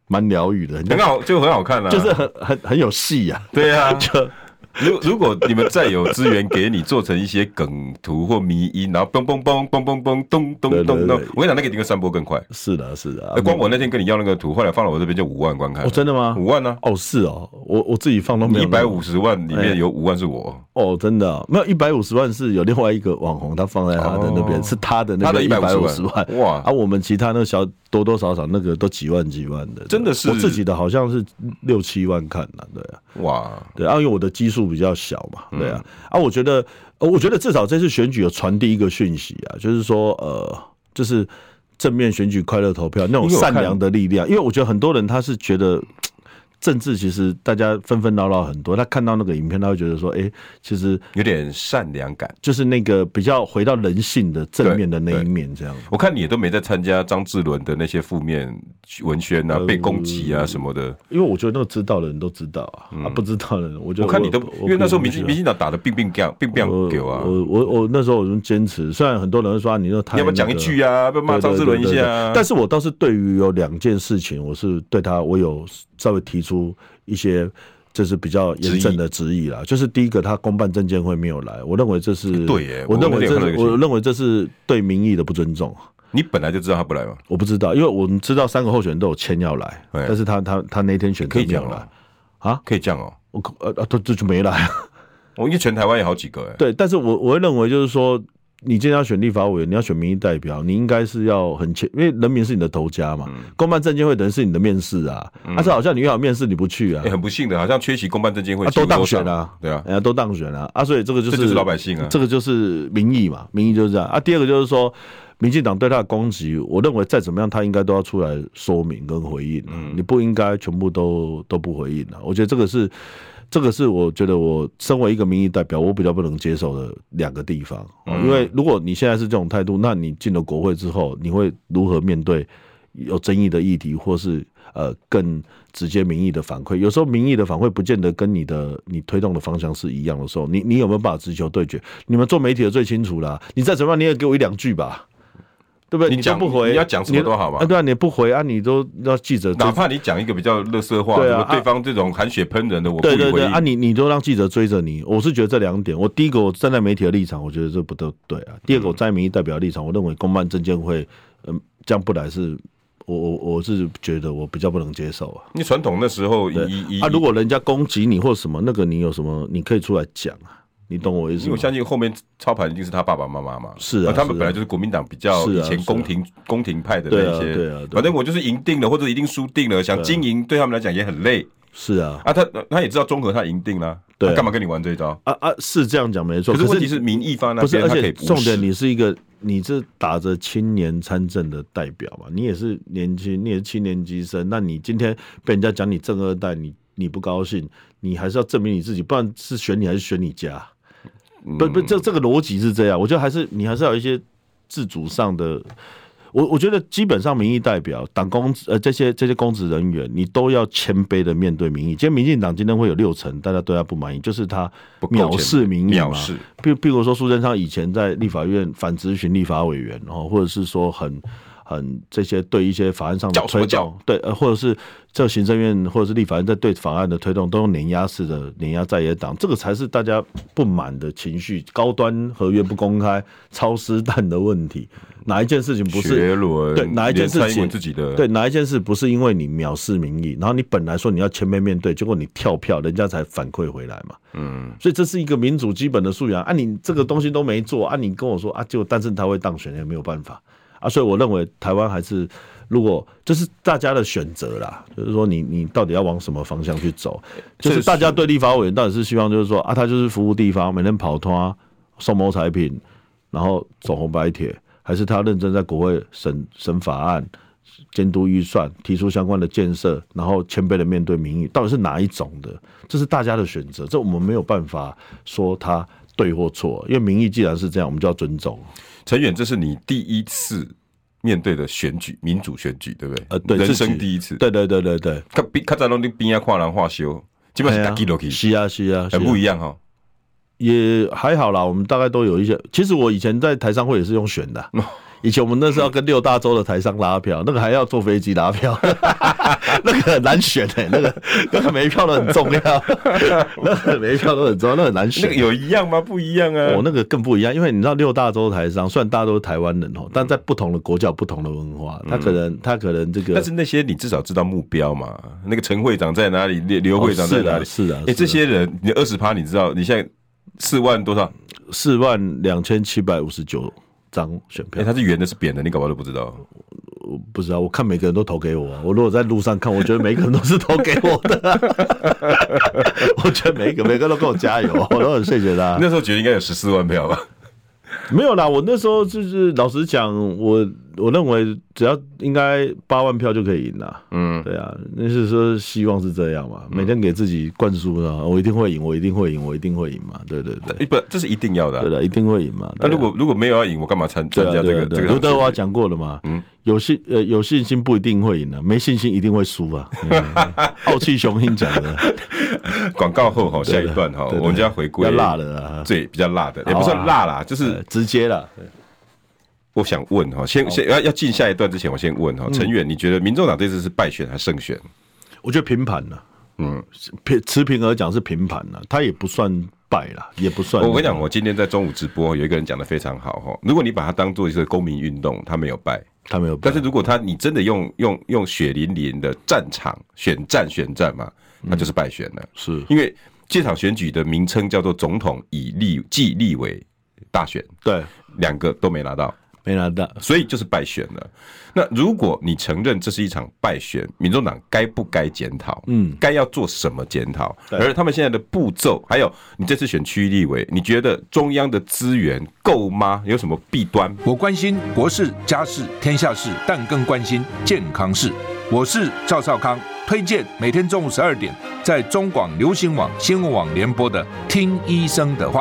[SPEAKER 2] 蛮疗愈的，
[SPEAKER 1] 很好，就很好看啦、啊
[SPEAKER 2] 就是很很很有戏呀、
[SPEAKER 1] 对啊。
[SPEAKER 2] 就
[SPEAKER 1] 如如果你们再有资源给你做成一些梗图或迷音，然后嘣嘣嘣嘣嘣嘣咚咚咚咚
[SPEAKER 2] 对对对，啊
[SPEAKER 1] 我跟你讲，那个一定会散播更快。
[SPEAKER 2] 是的，是的。
[SPEAKER 1] 哎光我那天跟你要那个图，后来放到我这边就五万观看了。
[SPEAKER 2] 哦，真的吗？
[SPEAKER 1] 五万呢、啊
[SPEAKER 2] 哦，是哦，我我自己放都没
[SPEAKER 1] 一
[SPEAKER 2] 有那
[SPEAKER 1] 百
[SPEAKER 2] 个
[SPEAKER 1] 五十万里面有五万是我，
[SPEAKER 2] 哦，真的哦没有一百五十万是有另外一个网红他放在他的那边，
[SPEAKER 1] 哦
[SPEAKER 2] 是他的
[SPEAKER 1] 他
[SPEAKER 2] 哎那
[SPEAKER 1] 的
[SPEAKER 2] 个百
[SPEAKER 1] 150
[SPEAKER 2] 十
[SPEAKER 1] 万
[SPEAKER 2] 万
[SPEAKER 1] 哇
[SPEAKER 2] 啊，我们其他那个小多多少少那个都几万几万的，啊
[SPEAKER 1] 真的是哦
[SPEAKER 2] 我自己的好像是六七万看了，对啊。
[SPEAKER 1] 哇，
[SPEAKER 2] 对啊，因为我的基数比较小嘛，
[SPEAKER 1] 嗯
[SPEAKER 2] 对啊，啊，我觉得，呃我觉得至少这次选举有传递一个讯息啊，就是说，呃，就是正面选举、快乐投票那种
[SPEAKER 1] 因为我
[SPEAKER 2] 善
[SPEAKER 1] 看
[SPEAKER 2] 良的力量，因为我觉得很多人他是觉得。嘖政治其实大家纷纷扰扰很多，他看到那个影片，他会觉得说，哎、其实
[SPEAKER 1] 有点善良感。
[SPEAKER 2] 就是那个比较回到人性的正面的那一
[SPEAKER 1] 对对
[SPEAKER 2] 面，这样。
[SPEAKER 1] 我看你也都没在参加张志伦的那些负面文宣
[SPEAKER 2] 呃
[SPEAKER 1] 啊，被攻击
[SPEAKER 2] 嗯
[SPEAKER 1] 啊什么的。
[SPEAKER 2] 因为我觉得那个知道的人都知道啊，啊不知道的人，我觉得
[SPEAKER 1] 我看你都，因为那时候民进
[SPEAKER 2] 不呃喜欢
[SPEAKER 1] 民进党打的并并干并并
[SPEAKER 2] 我
[SPEAKER 1] 给啊，
[SPEAKER 2] 我我我那时候我就坚持，虽然很多人会说啊你那太
[SPEAKER 1] 你要不要讲一句啊？要不要骂张志伦一
[SPEAKER 2] 对对
[SPEAKER 1] 下
[SPEAKER 2] 对对
[SPEAKER 1] 啊
[SPEAKER 2] 对？但是我倒是对于有两件事情，我是对他我有稍微提出一些。就是比较严正的质疑啦，就是第一个，他公办证监会没有来，我认为这是
[SPEAKER 1] 哎对耶
[SPEAKER 2] 我认为这
[SPEAKER 1] 我有点看到这
[SPEAKER 2] 是
[SPEAKER 1] 个新闻
[SPEAKER 2] 我认为这是对民意的不尊重。
[SPEAKER 1] 你本来就知道他不来嘛，
[SPEAKER 2] 我不知道，因为我们知道三个候选人都有签要来，
[SPEAKER 1] 对
[SPEAKER 2] 但是他他他那天选择
[SPEAKER 1] 哎可以
[SPEAKER 2] 没有
[SPEAKER 1] 讲
[SPEAKER 2] 来
[SPEAKER 1] 吗，可以这样哦。
[SPEAKER 2] 我可呃呃他这就没来。
[SPEAKER 1] 我因为全台湾有好几个哎，
[SPEAKER 2] 对，但是我我会认为就是说，你今天要选立法委员，你要选民意代表，你应该是要很前，因为人民是你的头家嘛。
[SPEAKER 1] 嗯
[SPEAKER 2] 公办证监会等于是你的面试啊，但、是好像你约好面试你不去啊
[SPEAKER 1] 欸，很不幸的，好像缺席公办证监会
[SPEAKER 2] 啊都当选
[SPEAKER 1] 了，
[SPEAKER 2] 啊，
[SPEAKER 1] 对啊，
[SPEAKER 2] 哎呀都当选了啊所以这个就
[SPEAKER 1] 这
[SPEAKER 2] 是
[SPEAKER 1] 就是老百姓啊
[SPEAKER 2] 这个就是民意嘛，民意就是这样啊。第二个就是说。民进党对他的攻击，我认为再怎么样，他应该都要出来说明跟回应、啊。
[SPEAKER 1] 嗯
[SPEAKER 2] 你不应该全部都都不回应啊！我觉得这个是，这个是我觉得我身为一个民意代表，我比较不能接受的两个地方。哦
[SPEAKER 1] 嗯
[SPEAKER 2] 因为如果你现在是这种态度，那你进了国会之后，你会如何面对有争议的议题，或是呃更直接民意的反馈？有时候民意的反馈不见得跟你的你推动的方向是一样的时候，你你有没有办法直球对决？你们做媒体的最清楚啦，你再怎么样，你也给我一两句吧。对不对？
[SPEAKER 1] 你
[SPEAKER 2] 都
[SPEAKER 1] 讲
[SPEAKER 2] 不回，
[SPEAKER 1] 你要讲什么
[SPEAKER 2] 你
[SPEAKER 1] 都好嘛
[SPEAKER 2] 啊，对啊，你不回啊，你都让记者
[SPEAKER 1] 哪怕你讲一个比较乐色话，
[SPEAKER 2] 呃对
[SPEAKER 1] 什
[SPEAKER 2] 啊
[SPEAKER 1] 么对
[SPEAKER 2] 啊
[SPEAKER 1] 方这种含血喷人的，我不
[SPEAKER 2] 对
[SPEAKER 1] 以
[SPEAKER 2] 对
[SPEAKER 1] 为
[SPEAKER 2] 对
[SPEAKER 1] 意
[SPEAKER 2] 啊你，你都让记者追着你，我是觉得这两点，我第一个我站在媒体的立场，我觉得这不都对啊。第二
[SPEAKER 1] 嗯
[SPEAKER 2] 个我站在民意代表的立场，我认为公办证监会，嗯、这样不来是，我我我是觉得我比较不能接受啊。
[SPEAKER 1] 你传统那时候
[SPEAKER 2] 对
[SPEAKER 1] 以以
[SPEAKER 2] 啊，如果人家攻击你或什么，那个你有什么，你可以出来讲啊，你懂我意
[SPEAKER 1] 因
[SPEAKER 2] 思
[SPEAKER 1] 为我
[SPEAKER 2] 吗？
[SPEAKER 1] 相信后面操盘一定是他爸爸妈妈嘛，
[SPEAKER 2] 是啊
[SPEAKER 1] 那他们
[SPEAKER 2] 是啊
[SPEAKER 1] 本来就是国民党比较
[SPEAKER 2] 是啊
[SPEAKER 1] 以前
[SPEAKER 2] 是啊
[SPEAKER 1] 宫廷宫廷派的
[SPEAKER 2] 对
[SPEAKER 1] 那些，
[SPEAKER 2] 啊对啊对啊
[SPEAKER 1] 反正我就是赢定了或者一定输定了，想经营对他们来讲也很累
[SPEAKER 2] 是啊，
[SPEAKER 1] 啊。他他也知道综合他赢定了，
[SPEAKER 2] 对啊
[SPEAKER 1] 他干嘛跟你玩这一招？
[SPEAKER 2] 啊啊，是这样讲没错，
[SPEAKER 1] 可
[SPEAKER 2] 可
[SPEAKER 1] 是问题是民意方那
[SPEAKER 2] 不是，
[SPEAKER 1] 边
[SPEAKER 2] 而
[SPEAKER 1] 他可
[SPEAKER 2] 且
[SPEAKER 1] 以
[SPEAKER 2] 重
[SPEAKER 1] 无视
[SPEAKER 2] 点，你是一个，你是打着青年参政的代表嘛？你也是年轻，你也是七年级生，那你今天被人家讲你正二代，你你不高兴，你还是要证明你自己，不然是选你还是选你家？不不，这这个逻辑是这样，我觉得还是你还是要有一些自主上的。我我觉得基本上民意代表、党公呃这些这些公职人员，你都要谦卑的面对民意。今天民进党今天会有六成大家对他不满意，就是他
[SPEAKER 1] 不够
[SPEAKER 2] 藐视
[SPEAKER 1] 谦卑
[SPEAKER 2] 民意嘛
[SPEAKER 1] 藐视。
[SPEAKER 2] 譬譬如说，苏贞昌以前在立法院反咨询立法委员，哦，或者是说很很这些对一些法案上的
[SPEAKER 1] 叫什
[SPEAKER 2] 推
[SPEAKER 1] 么
[SPEAKER 2] 动，对，呃，或者是这行政院或者是立法院在对法案的推动，都用碾压式的碾压在野党，这个才是大家不满的情绪。高端合约不公开、超失蛋的问题，哪一件事情不是
[SPEAKER 1] 学伦
[SPEAKER 2] 对哪一件
[SPEAKER 1] 连
[SPEAKER 2] 事
[SPEAKER 1] 蔡英
[SPEAKER 2] 情
[SPEAKER 1] 文自己的
[SPEAKER 2] 对哪一件事不是因为你藐视民意，然后你本来说你要前面面对，结果你跳票，人家才反馈回来嘛。嗯，所以这是一个民主基本的素养啊！你这个东西都没做啊！你跟我说啊，就但是他会当选也没有办法啊！所以我认为台湾还是如果就是大家的选择啦，就是说你你到底要往什么方向去走，就是大家对立法委员到底是希望就是说啊，他就是服务地方，每天跑摊送谋产品，然后走红白帖，还是他认真在国会审审法案、监督预算、提出相关的建设，然后谦卑的面对民意，到底是哪一种的？这是大家的选择，这我们没有办法说他对或错，因为民意既然是这样，我们就要尊重。
[SPEAKER 1] 陈远，这是你第一次面对的选举，民主选举，对不对？
[SPEAKER 2] 呃，对，
[SPEAKER 1] 人
[SPEAKER 2] 自己
[SPEAKER 1] 生第一次。
[SPEAKER 2] 对对对对对，
[SPEAKER 1] 较比较早拢你边啊看人画修，基本
[SPEAKER 2] 哎
[SPEAKER 1] 上
[SPEAKER 2] 呀
[SPEAKER 1] 是打 K 落去，
[SPEAKER 2] 是啊是啊，是啊
[SPEAKER 1] 很哎不一样哈。
[SPEAKER 2] 也还好啦，我们大概都有一些。其实我以前在台商会也是用选 的啊、以前我们那时候要跟六大洲的台商拉票，那个还要坐飞机拉票， 那个很难选哎、那个那个每一票都很 重要，那个每一票都很重要，那个很难选。
[SPEAKER 1] 那个有一样吗？不一样啊
[SPEAKER 2] 哦，。那个更不一样，因为你知道六大洲台商，虽然大家都是台湾人
[SPEAKER 1] 嗯
[SPEAKER 2] 哦，但在不同的国家有不同的文化，他可能他可能这个，
[SPEAKER 1] 但是那些你至少知道目标嘛？那个陈会长在哪里？刘刘会长在哪里？
[SPEAKER 2] 哦是啊是啊
[SPEAKER 1] 哎、
[SPEAKER 2] 是啊
[SPEAKER 1] 这些人，你二十趴，你知道你现在四万多少？
[SPEAKER 2] 啊四万两千七百五十九张选
[SPEAKER 1] 哎、
[SPEAKER 2] 票，
[SPEAKER 1] 他是圆的，是扁的，你搞不好都不知道。
[SPEAKER 2] 我不知道，我看每个人都投给我、啊。我如果在路上看，我觉得每个人都是投给我的、啊 我觉得每一个每个都给我加油，我都很谢谢他啊
[SPEAKER 1] 那。时候觉得应该有十四万票吧？
[SPEAKER 2] 没有啦，我那时候就是老实讲，我我认为只要应该八万票就可以赢啦。
[SPEAKER 1] 嗯，
[SPEAKER 2] 对啊，那是说希望是这样嘛，每天给自己灌输啊，我一定会赢，我一定会赢，我一定会赢嘛，对对 对，
[SPEAKER 1] 不，这是一定要的啊
[SPEAKER 2] 对。的，一定会赢嘛。
[SPEAKER 1] 那
[SPEAKER 2] 对啊
[SPEAKER 1] 如果如果没有要赢，我干嘛参参
[SPEAKER 2] 对啊
[SPEAKER 1] 加这
[SPEAKER 2] 对
[SPEAKER 1] 个
[SPEAKER 2] 啊
[SPEAKER 1] 这
[SPEAKER 2] 对
[SPEAKER 1] 个东
[SPEAKER 2] 啊，刘
[SPEAKER 1] 西？
[SPEAKER 2] 德华讲过了嘛，
[SPEAKER 1] 嗯
[SPEAKER 2] 有信呃有信心不一定会赢的，没信心一定会输 啊，嗯傲气雄鹰讲的，
[SPEAKER 1] 广告后哈，下
[SPEAKER 2] 对的
[SPEAKER 1] 一段哈，
[SPEAKER 2] 对的
[SPEAKER 1] 我们就要回归
[SPEAKER 2] 要辣的啊，
[SPEAKER 1] 最比较辣的，也
[SPEAKER 2] 好啊
[SPEAKER 1] 不算辣啦，就是
[SPEAKER 2] 呃直接了。
[SPEAKER 1] 我想问哈，先先要要进下一段之前，我先问哈，
[SPEAKER 2] 嗯
[SPEAKER 1] 陈远，你觉得民众党这次是败选还是胜选？
[SPEAKER 2] 我觉得平盘了，
[SPEAKER 1] 嗯，
[SPEAKER 2] 平持平而讲是平盘了，他也不算败了，也不算。
[SPEAKER 1] 我跟你讲，我今天在中午直播，有一个人讲的非常好哈，如果你把它当做一个公民运动，他没有败，
[SPEAKER 2] 他没有败，
[SPEAKER 1] 但是如果他你真的用用用血淋淋的战场选战选战嘛，那就是败选了，
[SPEAKER 2] 是
[SPEAKER 1] 因为这场选举的名称叫做总统以立即立委大选，
[SPEAKER 2] 对
[SPEAKER 1] 两个都没拿到。
[SPEAKER 2] 没拿到，
[SPEAKER 1] 所以就是败选了。那如果你承认这是一场败选，民众党该不该检讨？
[SPEAKER 2] 嗯，
[SPEAKER 1] 该要做什么检讨？
[SPEAKER 2] 对
[SPEAKER 1] 而他们现在的步骤，还有你这次选区立委，你觉得中央的资源够吗？有什么弊端？
[SPEAKER 4] 我关心国事、家事、天下事，但更关心健康事。我是赵少康，推荐每天中午十二点在中广流行网、新闻网联播的《听医生的话》。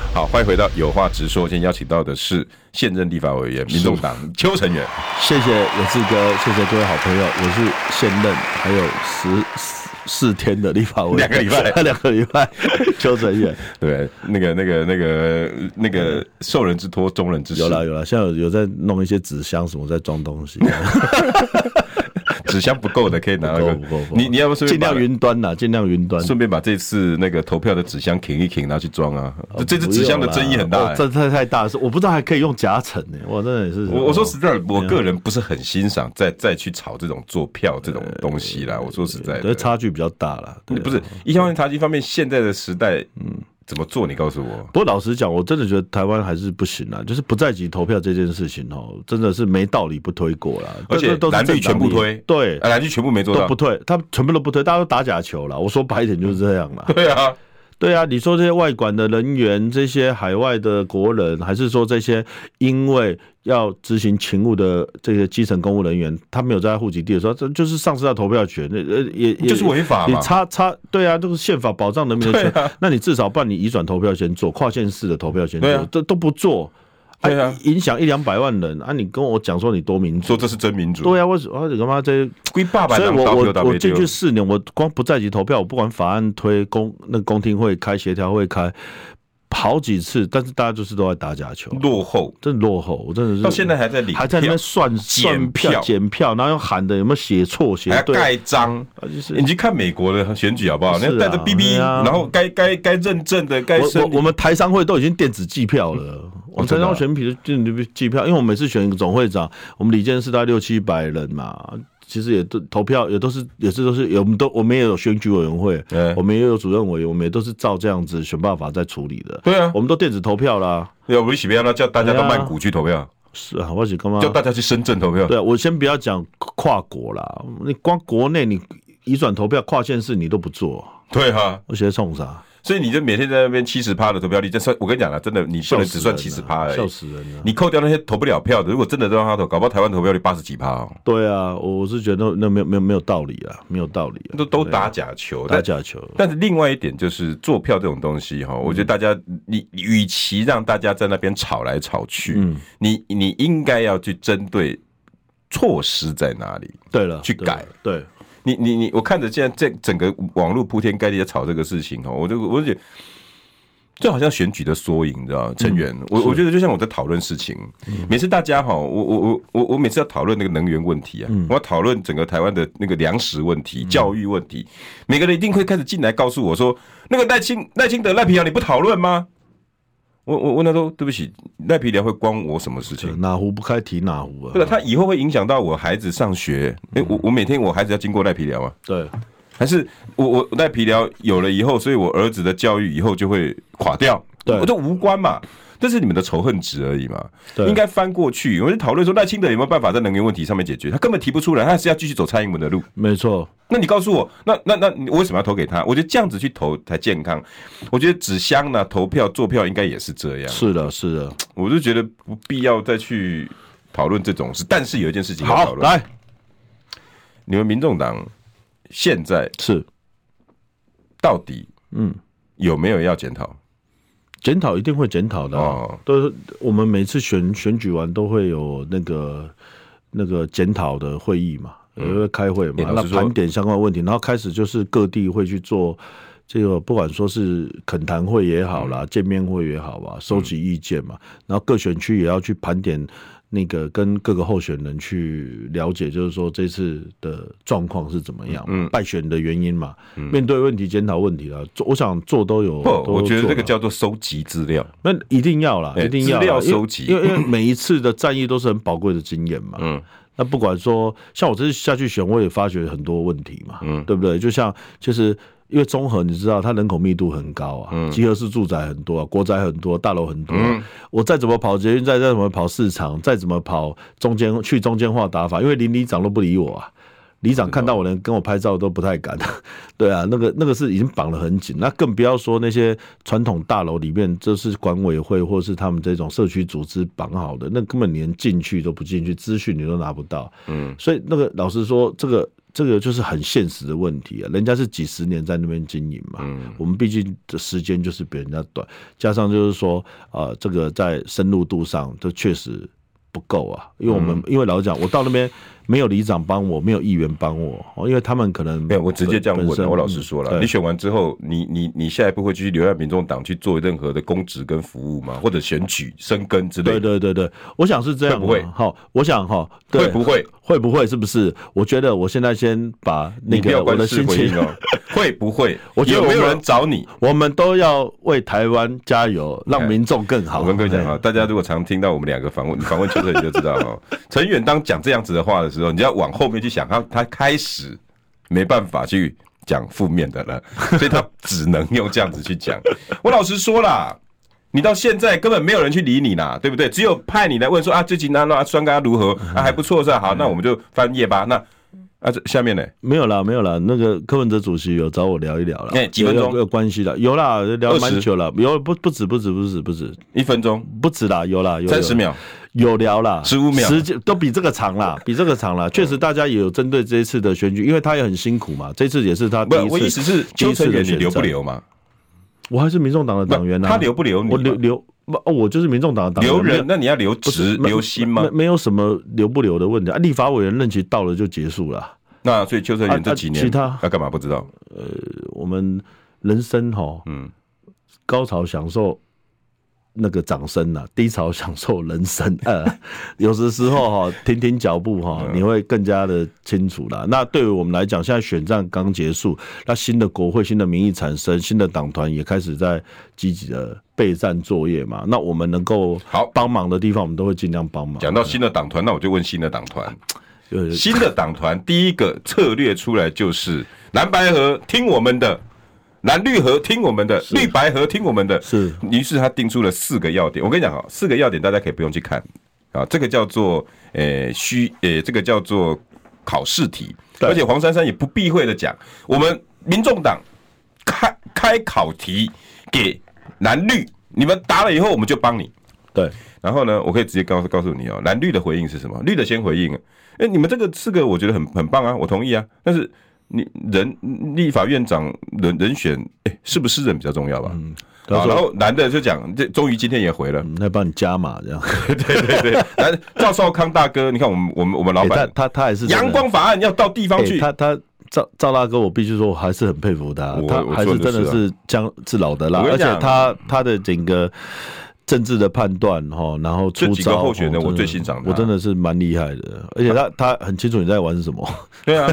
[SPEAKER 1] 好，欢迎回到有话直说。今天邀请到的是现任立法委员、民众党邱成远。
[SPEAKER 2] 谢谢有志哥，谢谢各位好朋友，我是现任还有十四四天的立法委员，
[SPEAKER 1] 两个礼拜
[SPEAKER 2] 两个礼拜，邱成远
[SPEAKER 1] 对，那个、那个、那个、那个受人之托，忠人之事
[SPEAKER 2] 有，啦有啦，现在有有在弄一些纸箱什么在装东西， 啊
[SPEAKER 1] 纸箱不够的可以拿那
[SPEAKER 2] 不
[SPEAKER 1] 个
[SPEAKER 2] 够不够不。够
[SPEAKER 1] 你你要不顺
[SPEAKER 2] 尽
[SPEAKER 1] 便把
[SPEAKER 2] 量云端呐，尽量云端。
[SPEAKER 1] 顺便把这次那个投票的纸箱停一停，拿去装啊。
[SPEAKER 2] 哦
[SPEAKER 1] 这这
[SPEAKER 2] 不
[SPEAKER 1] 纸箱的
[SPEAKER 2] 用啦
[SPEAKER 1] 争议很大、
[SPEAKER 2] 哦
[SPEAKER 1] 欸
[SPEAKER 2] 这。太太大了，是我不知道还可以用夹层呢，我真的也是。
[SPEAKER 1] 我我说
[SPEAKER 2] 哦
[SPEAKER 1] 实在，我个人不是很欣赏再再去炒这种做票这种东西啦。我说实在
[SPEAKER 2] 对
[SPEAKER 1] 的，
[SPEAKER 2] 差距比较大了，对啊
[SPEAKER 1] 不是一方面差距，一方面现在的时代，嗯，怎么做？你告诉我，
[SPEAKER 2] 不过老实讲，我真的觉得台湾还是不行啦，就是不在籍投票这件事情哦，真的是没道理不推过啦。
[SPEAKER 1] 而且
[SPEAKER 2] 这都是
[SPEAKER 1] 蓝绿
[SPEAKER 2] 政
[SPEAKER 1] 全
[SPEAKER 2] 党
[SPEAKER 1] 部
[SPEAKER 2] 利益
[SPEAKER 1] 推
[SPEAKER 2] 对，
[SPEAKER 1] 啊，蓝军全部没做
[SPEAKER 2] 都
[SPEAKER 1] 到
[SPEAKER 2] 不，退，他们全部都不退，大家都打假球了。我说白一点就是这样啦。
[SPEAKER 1] 对啊，
[SPEAKER 2] 对啊，你说这些外管的人员，这些海外的国人，还是说这些因为要执行勤务的这些基层公务人员，他没有在户籍地的时候，这就是丧失到投票权，呃，呃也也
[SPEAKER 1] 就是违法
[SPEAKER 2] 你
[SPEAKER 1] 嘛。啊
[SPEAKER 2] 差差对啊，这个宪法保障人民的权，那你至少办你移转投票先做，跨县市的投票先
[SPEAKER 1] 对
[SPEAKER 2] 做
[SPEAKER 1] 啊，
[SPEAKER 2] 这、都不做，
[SPEAKER 1] 对啊
[SPEAKER 2] 影响一两百万人啊！你跟我讲说你多民主
[SPEAKER 1] 说，这是真民主，
[SPEAKER 2] 对啊，为什么你他妈这些？
[SPEAKER 1] 归爸爸
[SPEAKER 2] 所以
[SPEAKER 1] 当
[SPEAKER 2] 我
[SPEAKER 1] 投票
[SPEAKER 2] 我
[SPEAKER 1] 打
[SPEAKER 2] 我
[SPEAKER 1] 没
[SPEAKER 2] 进
[SPEAKER 1] 丢
[SPEAKER 2] 去，四年，我光不在籍投票，我不管法案推公那个公听会开、协调会开，好几次，但是大家就是都在打假球，
[SPEAKER 1] 落后，
[SPEAKER 2] 真的落后，我真的是
[SPEAKER 1] 到现在还在领票，
[SPEAKER 2] 还在那边算算
[SPEAKER 1] 票
[SPEAKER 2] 票、检票，然后又喊的有没有写错、写
[SPEAKER 1] 还要
[SPEAKER 2] 对，
[SPEAKER 1] 盖章。
[SPEAKER 2] 啊就是
[SPEAKER 1] 你去看美国的选举好不好？
[SPEAKER 2] 是
[SPEAKER 1] 你
[SPEAKER 2] 啊
[SPEAKER 1] 要带着 BB，
[SPEAKER 2] 对啊
[SPEAKER 1] 然后该该该认证的，该
[SPEAKER 2] 我
[SPEAKER 1] 申
[SPEAKER 2] 我我们台商会都已经电子计票了，我们台
[SPEAKER 1] 真的啊
[SPEAKER 2] 商选票电子计票，因为我们每次选一个总会长，我们李健是大概六七百人嘛，其实也都投票也都是也是都是也我们都我们也有选举委员会
[SPEAKER 1] 嗯，
[SPEAKER 2] 我们也有主任委员，我们也都是照这样子选办法在处理的，
[SPEAKER 1] 对啊
[SPEAKER 2] 我，们都电子投票啦，
[SPEAKER 1] 对啊，我们喜不要叫大家到
[SPEAKER 2] 对啊
[SPEAKER 1] 曼谷去投票，
[SPEAKER 2] 是啊，我是干嘛？
[SPEAKER 1] 叫大家去深圳投票。
[SPEAKER 2] 对啊，我先不要讲跨国啦，你光国内你移转投票跨县市你都不做，
[SPEAKER 1] 对哈，
[SPEAKER 2] 我现在冲啥？
[SPEAKER 1] 所以你就每天在那边七十趴的投票率，这算我跟你讲了，真的你不能
[SPEAKER 2] 笑死
[SPEAKER 1] 只算
[SPEAKER 2] 人
[SPEAKER 1] 七十
[SPEAKER 2] 啊
[SPEAKER 1] 趴而
[SPEAKER 2] 笑
[SPEAKER 1] 已。
[SPEAKER 2] 死人了。
[SPEAKER 1] 你扣掉那些投不了票的，如果真的都让他投，搞不好台湾投票率八十几趴哦，
[SPEAKER 2] 对啊，我是觉得那没有没有没有道理啊，没有道理啊，
[SPEAKER 1] 都都
[SPEAKER 2] 对
[SPEAKER 1] 打假球，
[SPEAKER 2] 打
[SPEAKER 1] 但
[SPEAKER 2] 假球，
[SPEAKER 1] 但是另外一点就是做票这种东西哈，我觉得大家你你与其让大家在那边吵来吵去，
[SPEAKER 2] 嗯
[SPEAKER 1] 你你应该要去针对措施在哪里。
[SPEAKER 2] 对了，
[SPEAKER 1] 去
[SPEAKER 2] 对了
[SPEAKER 1] 改，
[SPEAKER 2] 对，
[SPEAKER 1] 你你你，我看着现在这整个网络铺天盖地在炒这个事情哦，我就我就觉得。这好像选举的缩影，你知道吗？成员，我我觉得就像我在讨论事情，每次大家哈，我我我我我每次要讨论那个能源问题啊，我要讨论整个台湾的那个粮食问题、教育问题，每个人一定会开始进来告诉我说，那个赖清赖清德赖皮啊，你不讨论吗？我我问他说，对不起，赖皮聊会关我什么事情？
[SPEAKER 2] 哪壶不开提哪壶啊
[SPEAKER 1] 对了，？他以后会影响到我孩子上学。哎、我我每天我孩子要经过赖皮聊啊，
[SPEAKER 2] 对，
[SPEAKER 1] 还是我我赖皮聊有了以后，所以我儿子的教育以后就会垮掉？
[SPEAKER 2] 对
[SPEAKER 1] 我这无关嘛。这是你们的仇恨值而已嘛，
[SPEAKER 2] 对
[SPEAKER 1] 应该翻过去。我们就讨论说赖清德有没有办法在能源问题上面解决，他根本提不出来，他还是要继续走蔡英文的路。
[SPEAKER 2] 没错，
[SPEAKER 1] 那你告诉我，那那那你为什么要投给他？我觉得这样子去投才健康。我觉得纸箱呢、投票、做票应该也是这样。
[SPEAKER 2] 是的，是的。
[SPEAKER 1] 我就觉得不必要再去讨论这种事。但是有一件事情要讨
[SPEAKER 2] 好，
[SPEAKER 1] 论，
[SPEAKER 2] 来，
[SPEAKER 1] 你们民众党现在
[SPEAKER 2] 是，
[SPEAKER 1] 到底
[SPEAKER 2] 嗯，
[SPEAKER 1] 有没有要检讨？
[SPEAKER 2] 检讨一定会检讨的、啊，
[SPEAKER 1] 哦
[SPEAKER 2] 都是我们每次选选举完都会有那个那个检讨的会议嘛，也会开会嘛，
[SPEAKER 1] 欸老
[SPEAKER 2] 那
[SPEAKER 1] 实说
[SPEAKER 2] 盘点相关问题，然后开始就是各地会去做。这个不管说是恳谈会也好
[SPEAKER 1] 嗯
[SPEAKER 2] 啦，见面会也好吧，收集意见嘛，然后各选区也要去盘点那个跟各个候选人去了解，就是说这次的状况是怎么样，
[SPEAKER 1] 嗯
[SPEAKER 2] 败选的原因嘛，面对问题检讨问题啦，做我想做都有，
[SPEAKER 1] 不，
[SPEAKER 2] 都
[SPEAKER 1] 哦我觉得
[SPEAKER 2] 做
[SPEAKER 1] 这个
[SPEAKER 2] 了
[SPEAKER 1] 叫做收集资料。
[SPEAKER 2] 那一定要啦，
[SPEAKER 1] 哎
[SPEAKER 2] 一定要啦
[SPEAKER 1] 资料
[SPEAKER 2] 因为
[SPEAKER 1] 收集
[SPEAKER 2] 因为因为每一次的战役都是很宝贵的经验嘛。
[SPEAKER 1] 嗯，
[SPEAKER 2] 那不管说，像我这次下去选，我也发觉很多问题嘛，
[SPEAKER 1] 嗯
[SPEAKER 2] 对不对？就像就是因为综合，你知道它人口密度很高啊，
[SPEAKER 1] 嗯
[SPEAKER 2] 集合式住宅很多啊，国宅很多，大楼很多啊、
[SPEAKER 1] 嗯
[SPEAKER 2] 我再怎么跑捷运，再再怎么跑市场，再怎么跑中间去中间化打法，因为邻里长都不理我啊。里长看到我连跟我拍照都不太敢，对啊，那个那个是已经绑得很紧，那更不要说那些传统大楼里面，这是管委会或是他们这种社区组织绑好的，那根本连进去都不进去，资讯你都拿不到。
[SPEAKER 1] 嗯，
[SPEAKER 2] 所以那个老实说，这个这个就是很现实的问题啊，人家是几十年在那边经营嘛，
[SPEAKER 1] 嗯
[SPEAKER 2] 我们毕竟的时间就是比人家短，加上就是说，呃，这个在深入度上，这确实不够啊。因为我
[SPEAKER 1] 嗯
[SPEAKER 2] 们、因为老实讲，我到那边没有里长帮我，没有议员帮我，哦，因为他们可能
[SPEAKER 1] 没有，我直接这样
[SPEAKER 2] 本
[SPEAKER 1] 问
[SPEAKER 2] 身
[SPEAKER 1] 了。我老实说
[SPEAKER 2] 嗯
[SPEAKER 1] 了，
[SPEAKER 2] 对
[SPEAKER 1] 你选完之后，你你你下一步会继续留在民众党去做任何的公职跟服务吗？或者选举生根之类
[SPEAKER 2] 对
[SPEAKER 1] 的？
[SPEAKER 2] 对对对，我想是这样啊，
[SPEAKER 1] 会不会
[SPEAKER 2] 好，我想哈，对
[SPEAKER 1] 会不会？
[SPEAKER 2] 会不会是不是？我觉得我现在先把那
[SPEAKER 1] 你不
[SPEAKER 2] 个
[SPEAKER 1] 要
[SPEAKER 2] 我
[SPEAKER 1] 官
[SPEAKER 2] 的
[SPEAKER 1] 司
[SPEAKER 2] 心
[SPEAKER 1] 回
[SPEAKER 2] 情
[SPEAKER 1] 应 哦，会不会？
[SPEAKER 2] 我觉得
[SPEAKER 1] 有没
[SPEAKER 2] 我
[SPEAKER 1] 有
[SPEAKER 2] 们
[SPEAKER 1] 人找你？
[SPEAKER 2] 我们都要为台湾加油，让
[SPEAKER 1] OK
[SPEAKER 2] 民众更好。
[SPEAKER 1] 我跟各位讲啊，
[SPEAKER 2] 哎，
[SPEAKER 1] 大家如果常听到我们两个访问 访问邱哲你就知道哦，陈远当讲这样子的话的时候，你就要往后面去想，他他开始没办法去讲负面的 了，所以他只能用这样子去讲。我老实说啦。你到现在根本没有人去理你啦，对不对？只有派你来问说啊，最近那那酸咖如何啊？还不错是
[SPEAKER 2] 嗯
[SPEAKER 1] 吧？好，那我们就翻页吧。那啊，这下面呢？
[SPEAKER 2] 没有啦，没有啦。那个柯文哲主席有找我聊一聊啦，
[SPEAKER 1] 哎几分钟
[SPEAKER 2] 有有有关系的，有啦，聊蛮
[SPEAKER 1] 20
[SPEAKER 2] 久了，有不不止不止不止不止
[SPEAKER 1] 一分钟
[SPEAKER 2] 不止啦，有啦，有
[SPEAKER 1] 三十，秒，
[SPEAKER 2] 有有聊啦，
[SPEAKER 1] 15秒
[SPEAKER 2] 时间都比这个 长啦，比这个长啦。确实，大家也有针对这一次的选举，因为他也很辛苦嘛，这次也是他
[SPEAKER 1] 不
[SPEAKER 2] 第一，次。
[SPEAKER 1] 我意思是
[SPEAKER 2] 第
[SPEAKER 1] 邱
[SPEAKER 2] 一次
[SPEAKER 1] 成
[SPEAKER 2] 的
[SPEAKER 1] 远你
[SPEAKER 2] 选
[SPEAKER 1] 留不
[SPEAKER 2] 战？
[SPEAKER 1] 留嘛？
[SPEAKER 2] 我还是民众党的
[SPEAKER 1] 不
[SPEAKER 2] 党员啊，
[SPEAKER 1] 他留不留你
[SPEAKER 2] 我
[SPEAKER 1] 嘛？
[SPEAKER 2] 留留不，哦我就是民众党的党员，
[SPEAKER 1] 留
[SPEAKER 2] 没有
[SPEAKER 1] 人，那你要留职
[SPEAKER 2] 没
[SPEAKER 1] 留薪吗
[SPEAKER 2] 没？没有什么留不留的问题啊，立法委员任期到了就结束了啊。
[SPEAKER 1] 那所以邱成
[SPEAKER 2] 啊
[SPEAKER 1] 远
[SPEAKER 2] 啊
[SPEAKER 1] 这几年
[SPEAKER 2] 其他
[SPEAKER 1] 要干嘛不知道？
[SPEAKER 2] 我们人生哈，
[SPEAKER 1] 嗯，
[SPEAKER 2] 高潮享受那个掌声呐、 低潮享受人生。 呃，有的时 候哈，停停脚步哈，
[SPEAKER 1] 嗯
[SPEAKER 2] 你会更加的清楚啦。那对于我们来讲，现在选战刚结束，那新的国会、新的民意产生，新的党团也开始在积极的备战作业嘛。那我们能够
[SPEAKER 1] 好
[SPEAKER 2] 帮忙的地方，我们都会尽量帮忙。
[SPEAKER 1] 讲到新的党团，那我就问新的党团，
[SPEAKER 2] 呃，
[SPEAKER 1] 新的党团第一个策略出来就是蓝白河听我们的，蓝绿河听我们的，绿白河听我们的。
[SPEAKER 2] 是
[SPEAKER 1] 于是他定出了四个要点。我跟你讲啊，四个要点大家可以不用去看啊，这个叫做呃虚呃，这个叫做考试题，
[SPEAKER 2] 对
[SPEAKER 1] 而且黄珊珊也不避讳的讲，我们民众党开开考题给蓝绿，你们答了以后我们就帮你。
[SPEAKER 2] 对，
[SPEAKER 1] 然后呢，我可以直接告诉告诉你哦，蓝绿的回应是什么？绿的先回应，哎，你们这个四个我觉得很很棒啊，我同意啊。但是你人立法院长人人选，哎，是不是人比较重要吧？嗯，
[SPEAKER 2] 他
[SPEAKER 1] 好，
[SPEAKER 2] 说
[SPEAKER 1] 然后蓝的就讲，这终于今天也回了，
[SPEAKER 2] 嗯来帮你加码这样。
[SPEAKER 1] 对对对，蓝赵少康大哥，你看我们我们我们老
[SPEAKER 2] 欸 他
[SPEAKER 1] 板，
[SPEAKER 2] 他他还是真的
[SPEAKER 1] 阳光法案要到地方
[SPEAKER 2] 欸
[SPEAKER 1] 去，
[SPEAKER 2] 他他赵赵大哥，我必须说，我还是很佩服他
[SPEAKER 1] 我，
[SPEAKER 2] 他
[SPEAKER 1] 我
[SPEAKER 2] 还
[SPEAKER 1] 说
[SPEAKER 2] 是
[SPEAKER 1] 的
[SPEAKER 2] 真
[SPEAKER 1] 是
[SPEAKER 2] 的
[SPEAKER 1] 啊
[SPEAKER 2] 是江是老的辣，
[SPEAKER 1] 我跟
[SPEAKER 2] 而
[SPEAKER 1] 你
[SPEAKER 2] 且
[SPEAKER 1] 讲
[SPEAKER 2] 他他的整个。政治的判断哈，然后
[SPEAKER 1] 这
[SPEAKER 2] 出
[SPEAKER 1] 几个
[SPEAKER 2] 招，
[SPEAKER 1] 候选人
[SPEAKER 2] 哦真的
[SPEAKER 1] 我最欣赏他
[SPEAKER 2] 我真的是蛮厉害的，而且他他很清楚你在玩什么，
[SPEAKER 1] 对啊，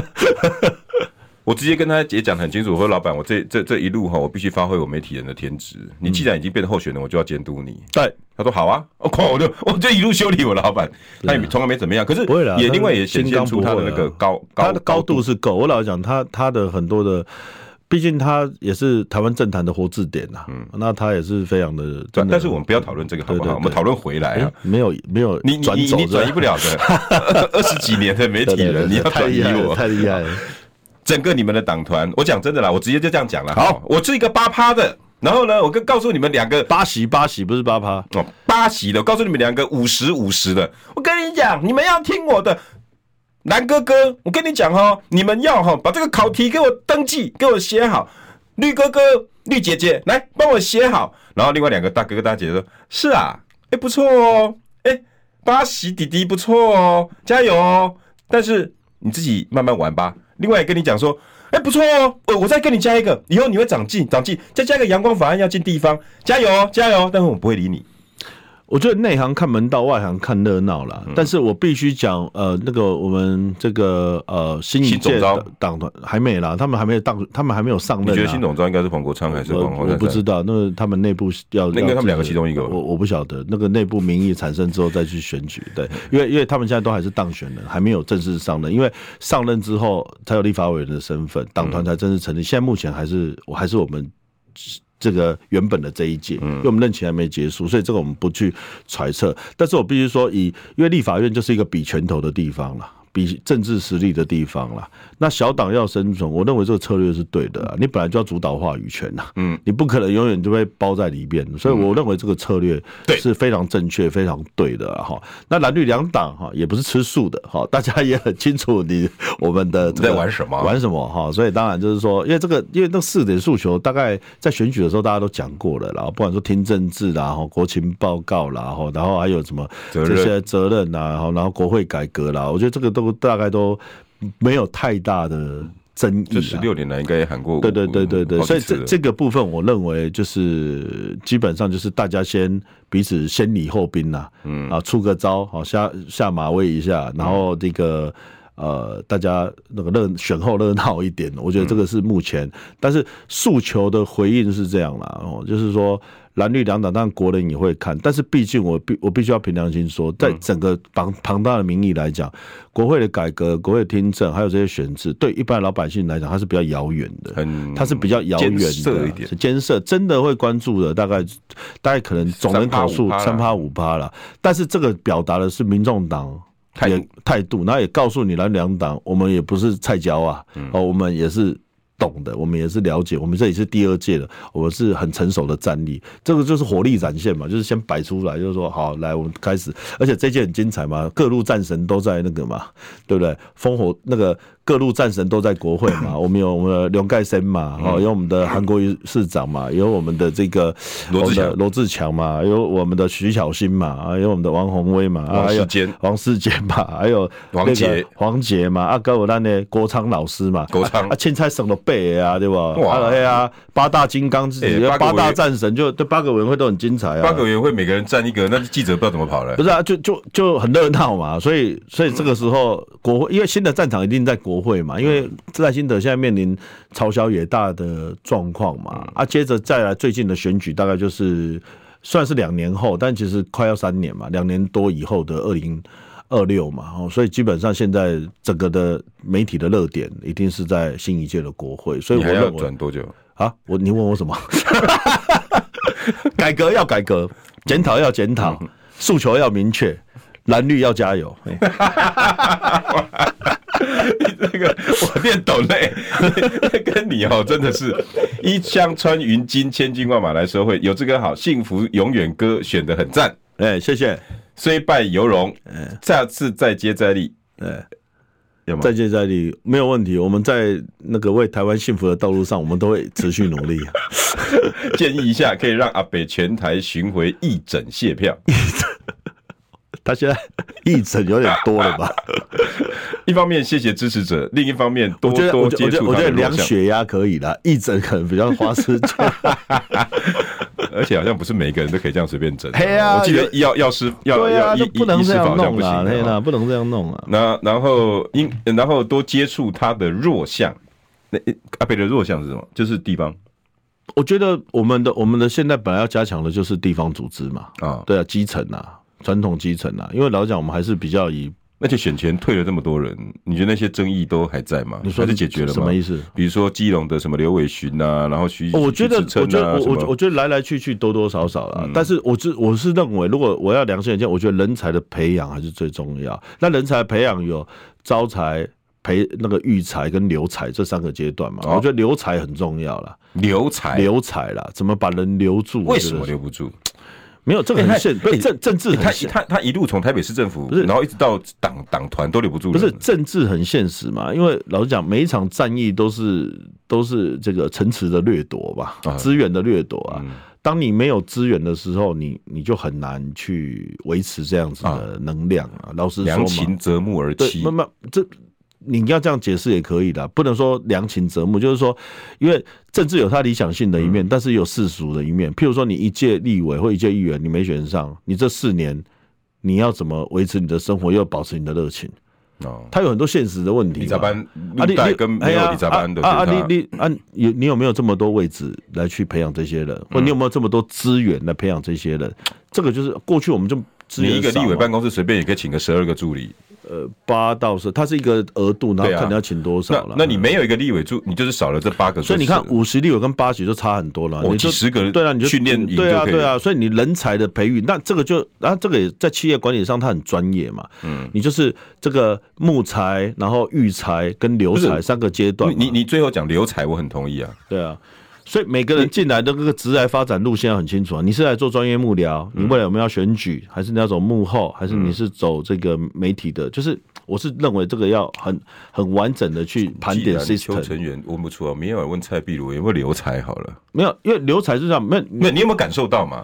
[SPEAKER 1] 我直接跟他也讲得很清楚，我说老板，我这这这一路哈，我必须发挥我媒体人的天职。你既然已经变成候选人，我就要监督你。
[SPEAKER 2] 嗯对，
[SPEAKER 1] 他说好啊， 我靠，我就我就一路修理我老板，他也从来没怎么样。可是
[SPEAKER 2] 啊不会啦
[SPEAKER 1] 也
[SPEAKER 2] 他
[SPEAKER 1] 另外也显
[SPEAKER 2] 金
[SPEAKER 1] 现
[SPEAKER 2] 刚
[SPEAKER 1] 出
[SPEAKER 2] 不
[SPEAKER 1] 他的
[SPEAKER 2] 会
[SPEAKER 1] 那个
[SPEAKER 2] 啊
[SPEAKER 1] 高
[SPEAKER 2] 他的高
[SPEAKER 1] 高
[SPEAKER 2] 度是够。我老实讲，他他的很多的，毕竟他也是台湾政坛的活字典呐、嗯，那他也是非常的，
[SPEAKER 1] 对啊
[SPEAKER 2] 真的
[SPEAKER 1] 但是我们不要讨论这个好不
[SPEAKER 2] 对对
[SPEAKER 1] 好？
[SPEAKER 2] 对
[SPEAKER 1] 我们讨论回来啊
[SPEAKER 2] 哎。没有没有
[SPEAKER 1] 你你
[SPEAKER 2] 转
[SPEAKER 1] 你
[SPEAKER 2] 走
[SPEAKER 1] 你转移不
[SPEAKER 2] 了
[SPEAKER 1] 了 的，二十几年的媒体人，你要
[SPEAKER 2] 太
[SPEAKER 1] 转移
[SPEAKER 2] 厉害了，
[SPEAKER 1] 我，
[SPEAKER 2] 太 厉害了，
[SPEAKER 1] 整个你们的党团，我讲真的啦，我直接就这样讲了。好，我是一个八趴的，然后呢，我跟告诉你们两个
[SPEAKER 2] 八喜八喜不是八趴，
[SPEAKER 1] 哦八席的，我告诉你们两个五十五十的，我跟你讲，你们要听我的。南哥哥，我跟你讲哦，你们要哈、把这个考题给我登记，给我写好。绿哥哥、绿姐姐，来帮我写好。然后另外两个大哥哥、大姐姐说：“是啊，哎、不错哦，哎、巴西弟弟不错哦，加油哦。但是你自己慢慢玩吧。另外跟你讲说，哎、不错哦，我我再跟你加一个，以后你会长进，长进，再加一个阳光法案要进地方，加油哦，加油哦。但是我不会理你，
[SPEAKER 2] 我觉得内行看门道，外行看热闹啦。
[SPEAKER 1] 嗯
[SPEAKER 2] 但是我必须讲，呃，那个我们这个呃新一
[SPEAKER 1] 新总
[SPEAKER 2] 届
[SPEAKER 1] 召
[SPEAKER 2] 党党团还没啦，他们还没有当，他们还没有上
[SPEAKER 1] 你
[SPEAKER 2] 任、啊。
[SPEAKER 1] 觉得新总召应该是彭国昌还是
[SPEAKER 2] 我
[SPEAKER 1] 黄黄
[SPEAKER 2] 我
[SPEAKER 1] 珊
[SPEAKER 2] 不知
[SPEAKER 1] 珊？
[SPEAKER 2] 道，那个他们内部要
[SPEAKER 1] 那应该他
[SPEAKER 2] 要
[SPEAKER 1] 们两个
[SPEAKER 2] 自己
[SPEAKER 1] 其中一个吧
[SPEAKER 2] 我我不晓得那个内部民意产生之后再去选举，对，
[SPEAKER 1] 嗯
[SPEAKER 2] 因为因为他们现在都还是当选人，还没有正式上任，因为上任之后才有立法委员的身份，
[SPEAKER 1] 嗯
[SPEAKER 2] 党团才正式成立。现在目前还是我还是我们。这个原本的这一届，
[SPEAKER 1] 嗯
[SPEAKER 2] 因为我们任期还没结束，所以这个我们不去揣测。但是我必须说以，因为立法院就是一个比拳头的地方啦，比政治实力的地方啦。那小党要生存，我认为这个策略是对的啊。
[SPEAKER 1] 嗯
[SPEAKER 2] 你本来就要主导话语权呐、嗯，你不可能永远就被包在里边，所以
[SPEAKER 1] 嗯
[SPEAKER 2] 我认为这个策略是非常正确、非常对的啊哈、那蓝绿两党哈也不是吃素的哈，大家也很清楚你我们的这个
[SPEAKER 1] 在玩什么
[SPEAKER 2] 玩什么哈，所以当然就是说，因为这个，因为那四点诉求，大概在选举的时候大家都讲过了啦，然后不管说听政治啦，然后国情报告啦，然后然后还有什么
[SPEAKER 1] 责任
[SPEAKER 2] 这些责任啦，然后然后国会改革啦，我觉得这个都大概都没有太大的争议
[SPEAKER 1] 这
[SPEAKER 2] 啦。
[SPEAKER 1] 十六年来应该也喊过五，
[SPEAKER 2] 啊对对对对对，
[SPEAKER 1] 好
[SPEAKER 2] 所
[SPEAKER 1] 几
[SPEAKER 2] 以
[SPEAKER 1] 次
[SPEAKER 2] 这
[SPEAKER 1] 了
[SPEAKER 2] 这个部分，我认为就是基本上就是大家先彼此先礼后兵啦、嗯啊，出个招，好下下马威一下，然后这个。呃，大家那个热选后热闹一点，我觉得这个是目前，但是诉求的回应是这样啦，哦，就是说蓝绿两党，当然国人也会看，但是毕竟我必我必须要凭良心说，在
[SPEAKER 1] 嗯
[SPEAKER 2] 整个庞庞大的民意来讲，国会的改革、国会的听证，还有这些选制，对一般老百姓来讲，它是比较遥远的，
[SPEAKER 1] 很
[SPEAKER 2] 它是比较遥远的，
[SPEAKER 1] 嗯艰涩一点
[SPEAKER 2] 是艰涩，真的会关注的，大概大概可能总人口数
[SPEAKER 1] 3%
[SPEAKER 2] 三
[SPEAKER 1] 啦
[SPEAKER 2] 趴五趴了。但是这个表达的是民众党
[SPEAKER 1] 态
[SPEAKER 2] 也
[SPEAKER 1] 度
[SPEAKER 2] 态度，然后也告诉你蓝两党，我们也不是菜椒啊，
[SPEAKER 1] 嗯
[SPEAKER 2] 哦，我们也是。懂的，我们也是了解，我们这里是第二届的，我们是很成熟的战力，这个就是火力展现嘛，就是先摆出来，就是说好，来我们开始，而且这届很精彩嘛，各路战神都在那个嘛，对不对？烽火那个各路战神都在国会 嘛，我们有我们的刘盖森嘛，
[SPEAKER 1] 嗯
[SPEAKER 2] 哦，有我们的韩国瑜市长嘛，有我们的这个
[SPEAKER 1] 罗志
[SPEAKER 2] 我们的
[SPEAKER 1] 祥
[SPEAKER 2] 罗志强嘛，有我们的徐小新嘛，啊，有我们的王宏威嘛，啊
[SPEAKER 1] 王
[SPEAKER 2] 还
[SPEAKER 1] 世
[SPEAKER 2] 有
[SPEAKER 1] 坚
[SPEAKER 2] 王世坚嘛，还有
[SPEAKER 1] 王
[SPEAKER 2] 那个
[SPEAKER 1] 杰
[SPEAKER 2] 黄杰嘛，啊，跟我那呢国昌老师嘛，
[SPEAKER 1] 国昌
[SPEAKER 2] 啊，青菜省了背的啊，对吧？
[SPEAKER 1] 哇
[SPEAKER 2] 啊，对啊，八大金刚自己
[SPEAKER 1] 哎八个
[SPEAKER 2] 八
[SPEAKER 1] 委
[SPEAKER 2] 大
[SPEAKER 1] 员
[SPEAKER 2] 战神就对八个委员会都很精彩啊，
[SPEAKER 1] 八个委员会每个人站一个，那记者不知道怎么跑了嗯
[SPEAKER 2] 不。是啊，就就就很热闹嘛，所以所以这个时候国会，因为新的战场一定在国会嘛，因为
[SPEAKER 1] 嗯
[SPEAKER 2] 赖辛德现在面临朝小野大的状况嘛，
[SPEAKER 1] 嗯
[SPEAKER 2] 啊，接着再来最近的选举，大概就是算是两年后，但其实快要三年嘛，两年多以后的二零二六嘛，哦，所以基本上现在整个的媒体的热点一定是在新一届的国会，所以
[SPEAKER 1] 你
[SPEAKER 2] 我
[SPEAKER 1] 还要
[SPEAKER 2] 认为
[SPEAKER 1] 转多久？
[SPEAKER 2] 啊，我你问我什么？ 改革要改革，检讨要检
[SPEAKER 1] 嗯
[SPEAKER 2] 讨，诉求要明确，蓝绿要加油。
[SPEAKER 1] 那个我念懂嘞，跟你哦，真的是一枪穿云金，千军万马来收会，有这个好，幸福永远歌选的很赞，
[SPEAKER 2] 哎、谢谢，
[SPEAKER 1] 虽败犹荣，下次再接再厉，
[SPEAKER 2] 哎
[SPEAKER 1] 有吗
[SPEAKER 2] 嗯再？见再见，没有问题。我们在那个为台湾幸福的道路上，我们都会持续努力。啊
[SPEAKER 1] 建议一下，可以让阿北全台巡回一整卸票，
[SPEAKER 2] 他现在议程有点多了吧？
[SPEAKER 1] 一方面谢谢支持者，另一方面多
[SPEAKER 2] 我觉得，
[SPEAKER 1] 多
[SPEAKER 2] 我觉得，
[SPEAKER 1] 接
[SPEAKER 2] 我觉得，
[SPEAKER 1] 触
[SPEAKER 2] 我
[SPEAKER 1] 他
[SPEAKER 2] 觉得
[SPEAKER 1] 的
[SPEAKER 2] 量
[SPEAKER 1] 弱项，
[SPEAKER 2] 血压可以啦，议程可能比较花时间。
[SPEAKER 1] 而且好像不是每一个人都可以这样随便整。
[SPEAKER 2] 嘿啊
[SPEAKER 1] 我记得
[SPEAKER 2] 有
[SPEAKER 1] 药药师药
[SPEAKER 2] 对啊，
[SPEAKER 1] 药医
[SPEAKER 2] 就不能
[SPEAKER 1] 医师
[SPEAKER 2] 这
[SPEAKER 1] 法
[SPEAKER 2] 样
[SPEAKER 1] 好像
[SPEAKER 2] 弄
[SPEAKER 1] 不
[SPEAKER 2] 啦，
[SPEAKER 1] 行的
[SPEAKER 2] 对
[SPEAKER 1] 哦。
[SPEAKER 2] 啊啦，不能这样弄啊。
[SPEAKER 1] 那然后因然后多接触他的弱项，那诶阿北的弱项是什么？就是地方
[SPEAKER 2] 我觉得我们的我们的现在本来要加强的就是地方组织嘛，
[SPEAKER 1] 啊，
[SPEAKER 2] 对啊，基层啊，传统基层啊，因为老实讲我们还是比较以
[SPEAKER 1] 而且选前退了这么多人，你觉得那些争议都还在吗？
[SPEAKER 2] 你说
[SPEAKER 1] 啊还是解决了吗？
[SPEAKER 2] 什么意思？哦
[SPEAKER 1] 比如说基隆的什么刘伟群呐，然后徐，
[SPEAKER 2] 我觉得，
[SPEAKER 1] 徐志
[SPEAKER 2] 我觉
[SPEAKER 1] 琛啊
[SPEAKER 2] 得，我
[SPEAKER 1] 什么嗯
[SPEAKER 2] 我觉我觉得来来去去多多少少啦。但是我是我是认为，如果我要良心一件，我觉得人才的培养还是最重要。那人才培养有招才、培那个育才跟留才这三个阶段嘛。
[SPEAKER 1] 哦
[SPEAKER 2] 我觉得留才很重要啦，
[SPEAKER 1] 留才，
[SPEAKER 2] 留才啦，怎么把人留住？
[SPEAKER 1] 为什
[SPEAKER 2] 我
[SPEAKER 1] 么
[SPEAKER 2] 觉得
[SPEAKER 1] 留不住？
[SPEAKER 2] 没有这个
[SPEAKER 1] 哎
[SPEAKER 2] 很
[SPEAKER 1] 他
[SPEAKER 2] 现，不是
[SPEAKER 1] 哎
[SPEAKER 2] 政政治
[SPEAKER 1] 欸他
[SPEAKER 2] 很现。
[SPEAKER 1] 他他一路从台北市政府
[SPEAKER 2] 不是，
[SPEAKER 1] 然后一直到党党团都留不住
[SPEAKER 2] 不
[SPEAKER 1] 人，
[SPEAKER 2] 是政治很现实嘛？因为老实讲，每一场战役都是都是这个城池的掠夺吧
[SPEAKER 1] 啊，
[SPEAKER 2] 资源的掠夺啊。
[SPEAKER 1] 嗯
[SPEAKER 2] 当你没有资源的时候，你你就很难去维持这样子的能量啊。老实说
[SPEAKER 1] 良
[SPEAKER 2] 嘛
[SPEAKER 1] 禽，择木而
[SPEAKER 2] 对，
[SPEAKER 1] 栖
[SPEAKER 2] 慢。慢这你要这样解释也可以的，不能说良禽择木，就是说，因为政治有它理想性的一面，
[SPEAKER 1] 嗯
[SPEAKER 2] 但是有世俗的一面。譬如说，你一届立委或一届议员，你没选上，你这四年你要怎么维持你的生活，又保持你的热情？
[SPEAKER 1] 哦，
[SPEAKER 2] 它有很多现实的问题嘛。
[SPEAKER 1] 李扎班
[SPEAKER 2] 啊，
[SPEAKER 1] 历代跟没
[SPEAKER 2] 哎
[SPEAKER 1] 有
[SPEAKER 2] 呀
[SPEAKER 1] 李扎班的
[SPEAKER 2] 啊啊，
[SPEAKER 1] 就是他嗯
[SPEAKER 2] 你你啊，你你有没有这么多位置来去培养这些人，或你有没有这么多资源来培养这些人？这个就是过去我们就资源
[SPEAKER 1] 你一个
[SPEAKER 2] 少
[SPEAKER 1] 立委
[SPEAKER 2] 嘛
[SPEAKER 1] 办公室随便也可以请个十二个助理，
[SPEAKER 2] 呃八到十，它是一个额度，然后
[SPEAKER 1] 对啊
[SPEAKER 2] 看你要请多
[SPEAKER 1] 那
[SPEAKER 2] 少了。
[SPEAKER 1] 那你没有一个立委助，你就是少了这八个助理。
[SPEAKER 2] 所以你看五十六跟八十就差很多了，
[SPEAKER 1] 哦
[SPEAKER 2] 你就
[SPEAKER 1] 几十个
[SPEAKER 2] 对啊，你就
[SPEAKER 1] 训练营
[SPEAKER 2] 对啊
[SPEAKER 1] 就可以
[SPEAKER 2] 对啊，所以你人才的培育，那这个就啊这个也在企业管理上它很专业嘛，嗯，你就是这个木材，然后育才跟留
[SPEAKER 1] 不
[SPEAKER 2] 才
[SPEAKER 1] 是
[SPEAKER 2] 三个阶段嘛，
[SPEAKER 1] 你你你最后讲留才，我很同意啊。
[SPEAKER 2] 对啊，所以每个人进来的这个职来发展路线要很清楚啊。你是来做专业幕僚，
[SPEAKER 1] 嗯
[SPEAKER 2] 你未来有没有要选举，还是你要走幕后，还是你是走这个媒体的？就是我是认为这个要很很完整的去盘
[SPEAKER 1] 既
[SPEAKER 2] 点
[SPEAKER 1] 然邱
[SPEAKER 2] system。
[SPEAKER 1] 成员问不出啊，明天晚上问蔡壁如有没有留才好了。
[SPEAKER 2] 没有，因为留才是这样，没有，
[SPEAKER 1] 那你有没有感受到嘛？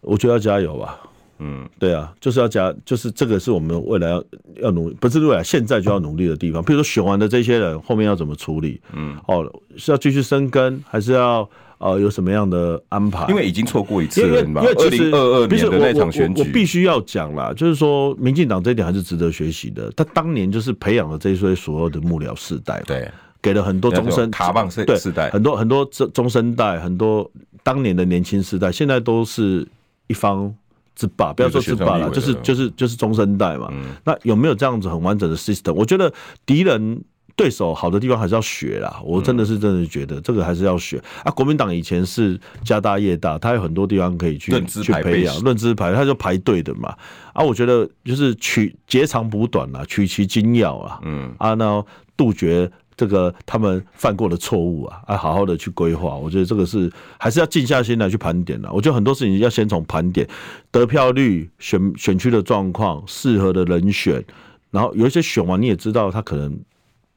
[SPEAKER 2] 我觉得要加油吧。
[SPEAKER 1] 嗯，
[SPEAKER 2] 对啊，就是要加，就是这个是我们未来要要努，不是未来现在就要努力的地方。比如说选完的这些人，后面要怎么处理？嗯，哦，是要继续生根，还是要呃有什么样的安排？
[SPEAKER 1] 因为已经错过一次
[SPEAKER 2] 因为
[SPEAKER 1] 了
[SPEAKER 2] 因
[SPEAKER 1] 嘛。
[SPEAKER 2] 为啊因
[SPEAKER 1] 二
[SPEAKER 2] 为其实
[SPEAKER 1] 零二二
[SPEAKER 2] 不是
[SPEAKER 1] 年的
[SPEAKER 2] 我
[SPEAKER 1] 那场选
[SPEAKER 2] 我我
[SPEAKER 1] 举
[SPEAKER 2] 我，必须要讲啦，就是说，民进党这一点还是值得学习的。他当年就是培养了这一些所有的幕僚世代，，
[SPEAKER 1] 对
[SPEAKER 2] 给了很多终
[SPEAKER 1] 那种
[SPEAKER 2] 身
[SPEAKER 1] 卡棒世
[SPEAKER 2] 对
[SPEAKER 1] 世代
[SPEAKER 2] 很多很多终终身代，很多当年的年轻世代，现在都是一方。之霸，不要说之霸了，
[SPEAKER 1] 比
[SPEAKER 2] 就
[SPEAKER 1] 如说选上立委了
[SPEAKER 2] 是就是就是终身代嘛。
[SPEAKER 1] 嗯
[SPEAKER 2] 那有没有这样子很完整的 system？我觉得敌人对手好的地方还是要学
[SPEAKER 1] 嗯
[SPEAKER 2] 啦。我真的是真的觉得这个还是要学啊。国民党以前是家大业大，他有很多地方可以去
[SPEAKER 1] 论资
[SPEAKER 2] 去
[SPEAKER 1] 排辈
[SPEAKER 2] 培养
[SPEAKER 1] 是，
[SPEAKER 2] 论资排，他就排队的嘛。啊，我觉得就是取截长补短啦，取其精要啊，嗯啊，然后杜绝。这个他们犯过的错误啊，啊，好好的去规划，我觉得这个是还是要静下心来去盘点的、我觉得很多事情要先从盘点，得票率、选选区的状况、适合的人选，然后有一些选完你也知道他可能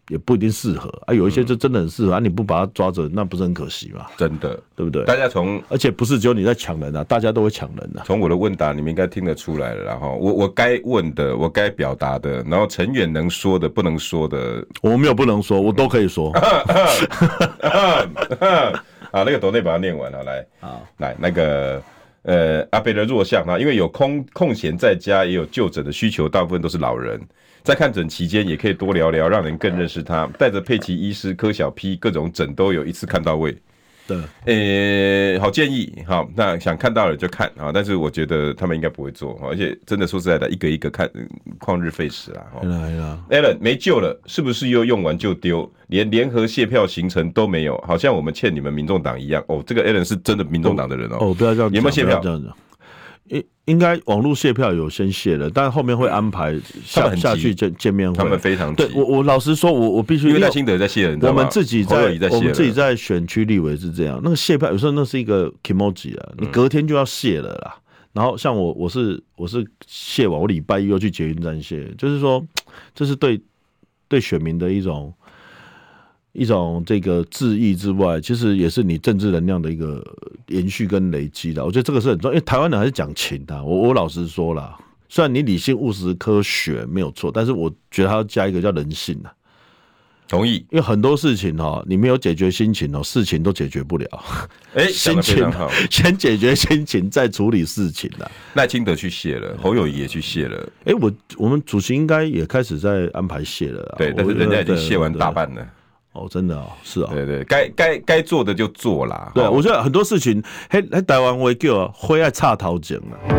[SPEAKER 2] 也不一定适合啊，
[SPEAKER 1] 嗯
[SPEAKER 2] 有一些就真的很适合、啊，你不把它抓着，那不是很可惜嘛，
[SPEAKER 1] 真的，
[SPEAKER 2] 对不对？
[SPEAKER 1] 大家从
[SPEAKER 2] 而且不是只有你在抢人啊，大家都会抢人啊。
[SPEAKER 1] 从我的问答，你们应该听得出来了啦，然后我我该问的，我该表达的，然后陈远能说的，不能说的，
[SPEAKER 2] 我没有不能说，我都可 以说。
[SPEAKER 1] 啊，那个董内把它念完了，来，来那个呃阿贝的弱项啊，因为有空空闲在家，也有就诊的需求，大部分都是老人。在看诊期间，也可以多聊聊，让人更认识他。带着佩奇医师、柯小 P 各种诊都有一次看到位。
[SPEAKER 2] 对，
[SPEAKER 1] 呃、好建议，好，那想看到了就看啊，但是我觉得他们应该不会做，哦而且真的说实在的，一个一个看，嗯旷日费时啊。
[SPEAKER 2] 原
[SPEAKER 1] 哦
[SPEAKER 2] 来啦，
[SPEAKER 1] Alan 没救了，是不是又用完就丢？连联合卸票行程都没有，好像我们欠你们民众党一样。哦，这个 Alan 是真的民众党的人哦。
[SPEAKER 2] 哦，不要这样讲，
[SPEAKER 1] 有没有卸
[SPEAKER 2] 不要
[SPEAKER 1] 票
[SPEAKER 2] 这样讲。应应该网络卸票有先卸了，但后面会安排
[SPEAKER 1] 他们
[SPEAKER 2] 下
[SPEAKER 1] 很急
[SPEAKER 2] 下去见见面会。
[SPEAKER 1] 他们非常急
[SPEAKER 2] 对我我老实说，我我必须
[SPEAKER 1] 因为赖清德在卸人，你知道
[SPEAKER 2] 我
[SPEAKER 1] 吗
[SPEAKER 2] 们自己
[SPEAKER 1] 侯友
[SPEAKER 2] 在
[SPEAKER 1] 宜在卸
[SPEAKER 2] 我们自己
[SPEAKER 1] 人，
[SPEAKER 2] 在选区立委是这样，那个卸票有时候那是一个 emoji
[SPEAKER 1] 嗯
[SPEAKER 2] 啊，你隔天就要卸了啦。然后像我我是我是卸完，我礼拜一又去捷运站卸，就是说这是对对选民的一种一种这个致意之外，其实也是你政治能量的一个延续跟累积的。我觉得这个是很重要，因为台湾人还是讲情的、我我老实说啦，虽然你理性务实科学没有错，但是我觉得它要加一个叫人性啊。
[SPEAKER 1] 同意。
[SPEAKER 2] 因为很多事情哦，你没有解决心情哦，事情都解决不了。
[SPEAKER 1] 哎、讲
[SPEAKER 2] 心
[SPEAKER 1] 得非
[SPEAKER 2] 情
[SPEAKER 1] 常好。
[SPEAKER 2] 先解决心情，再处理事情啊。
[SPEAKER 1] 赖清德去卸了，侯友宜也去卸了，
[SPEAKER 2] 哎、 我我们主席应该也开始在安排卸了啊。
[SPEAKER 1] 对，但是
[SPEAKER 2] 我觉
[SPEAKER 1] 人
[SPEAKER 2] 得
[SPEAKER 1] 家已经
[SPEAKER 2] 对
[SPEAKER 1] 卸完
[SPEAKER 2] 对
[SPEAKER 1] 大半了。
[SPEAKER 2] 哦，真的哦，是哦。
[SPEAKER 1] 对对，该该该做的就做啦。
[SPEAKER 2] 对，
[SPEAKER 1] 哦
[SPEAKER 2] 我觉得很多事情，嘿，嘿，台湾会叫灰爱插头前啊，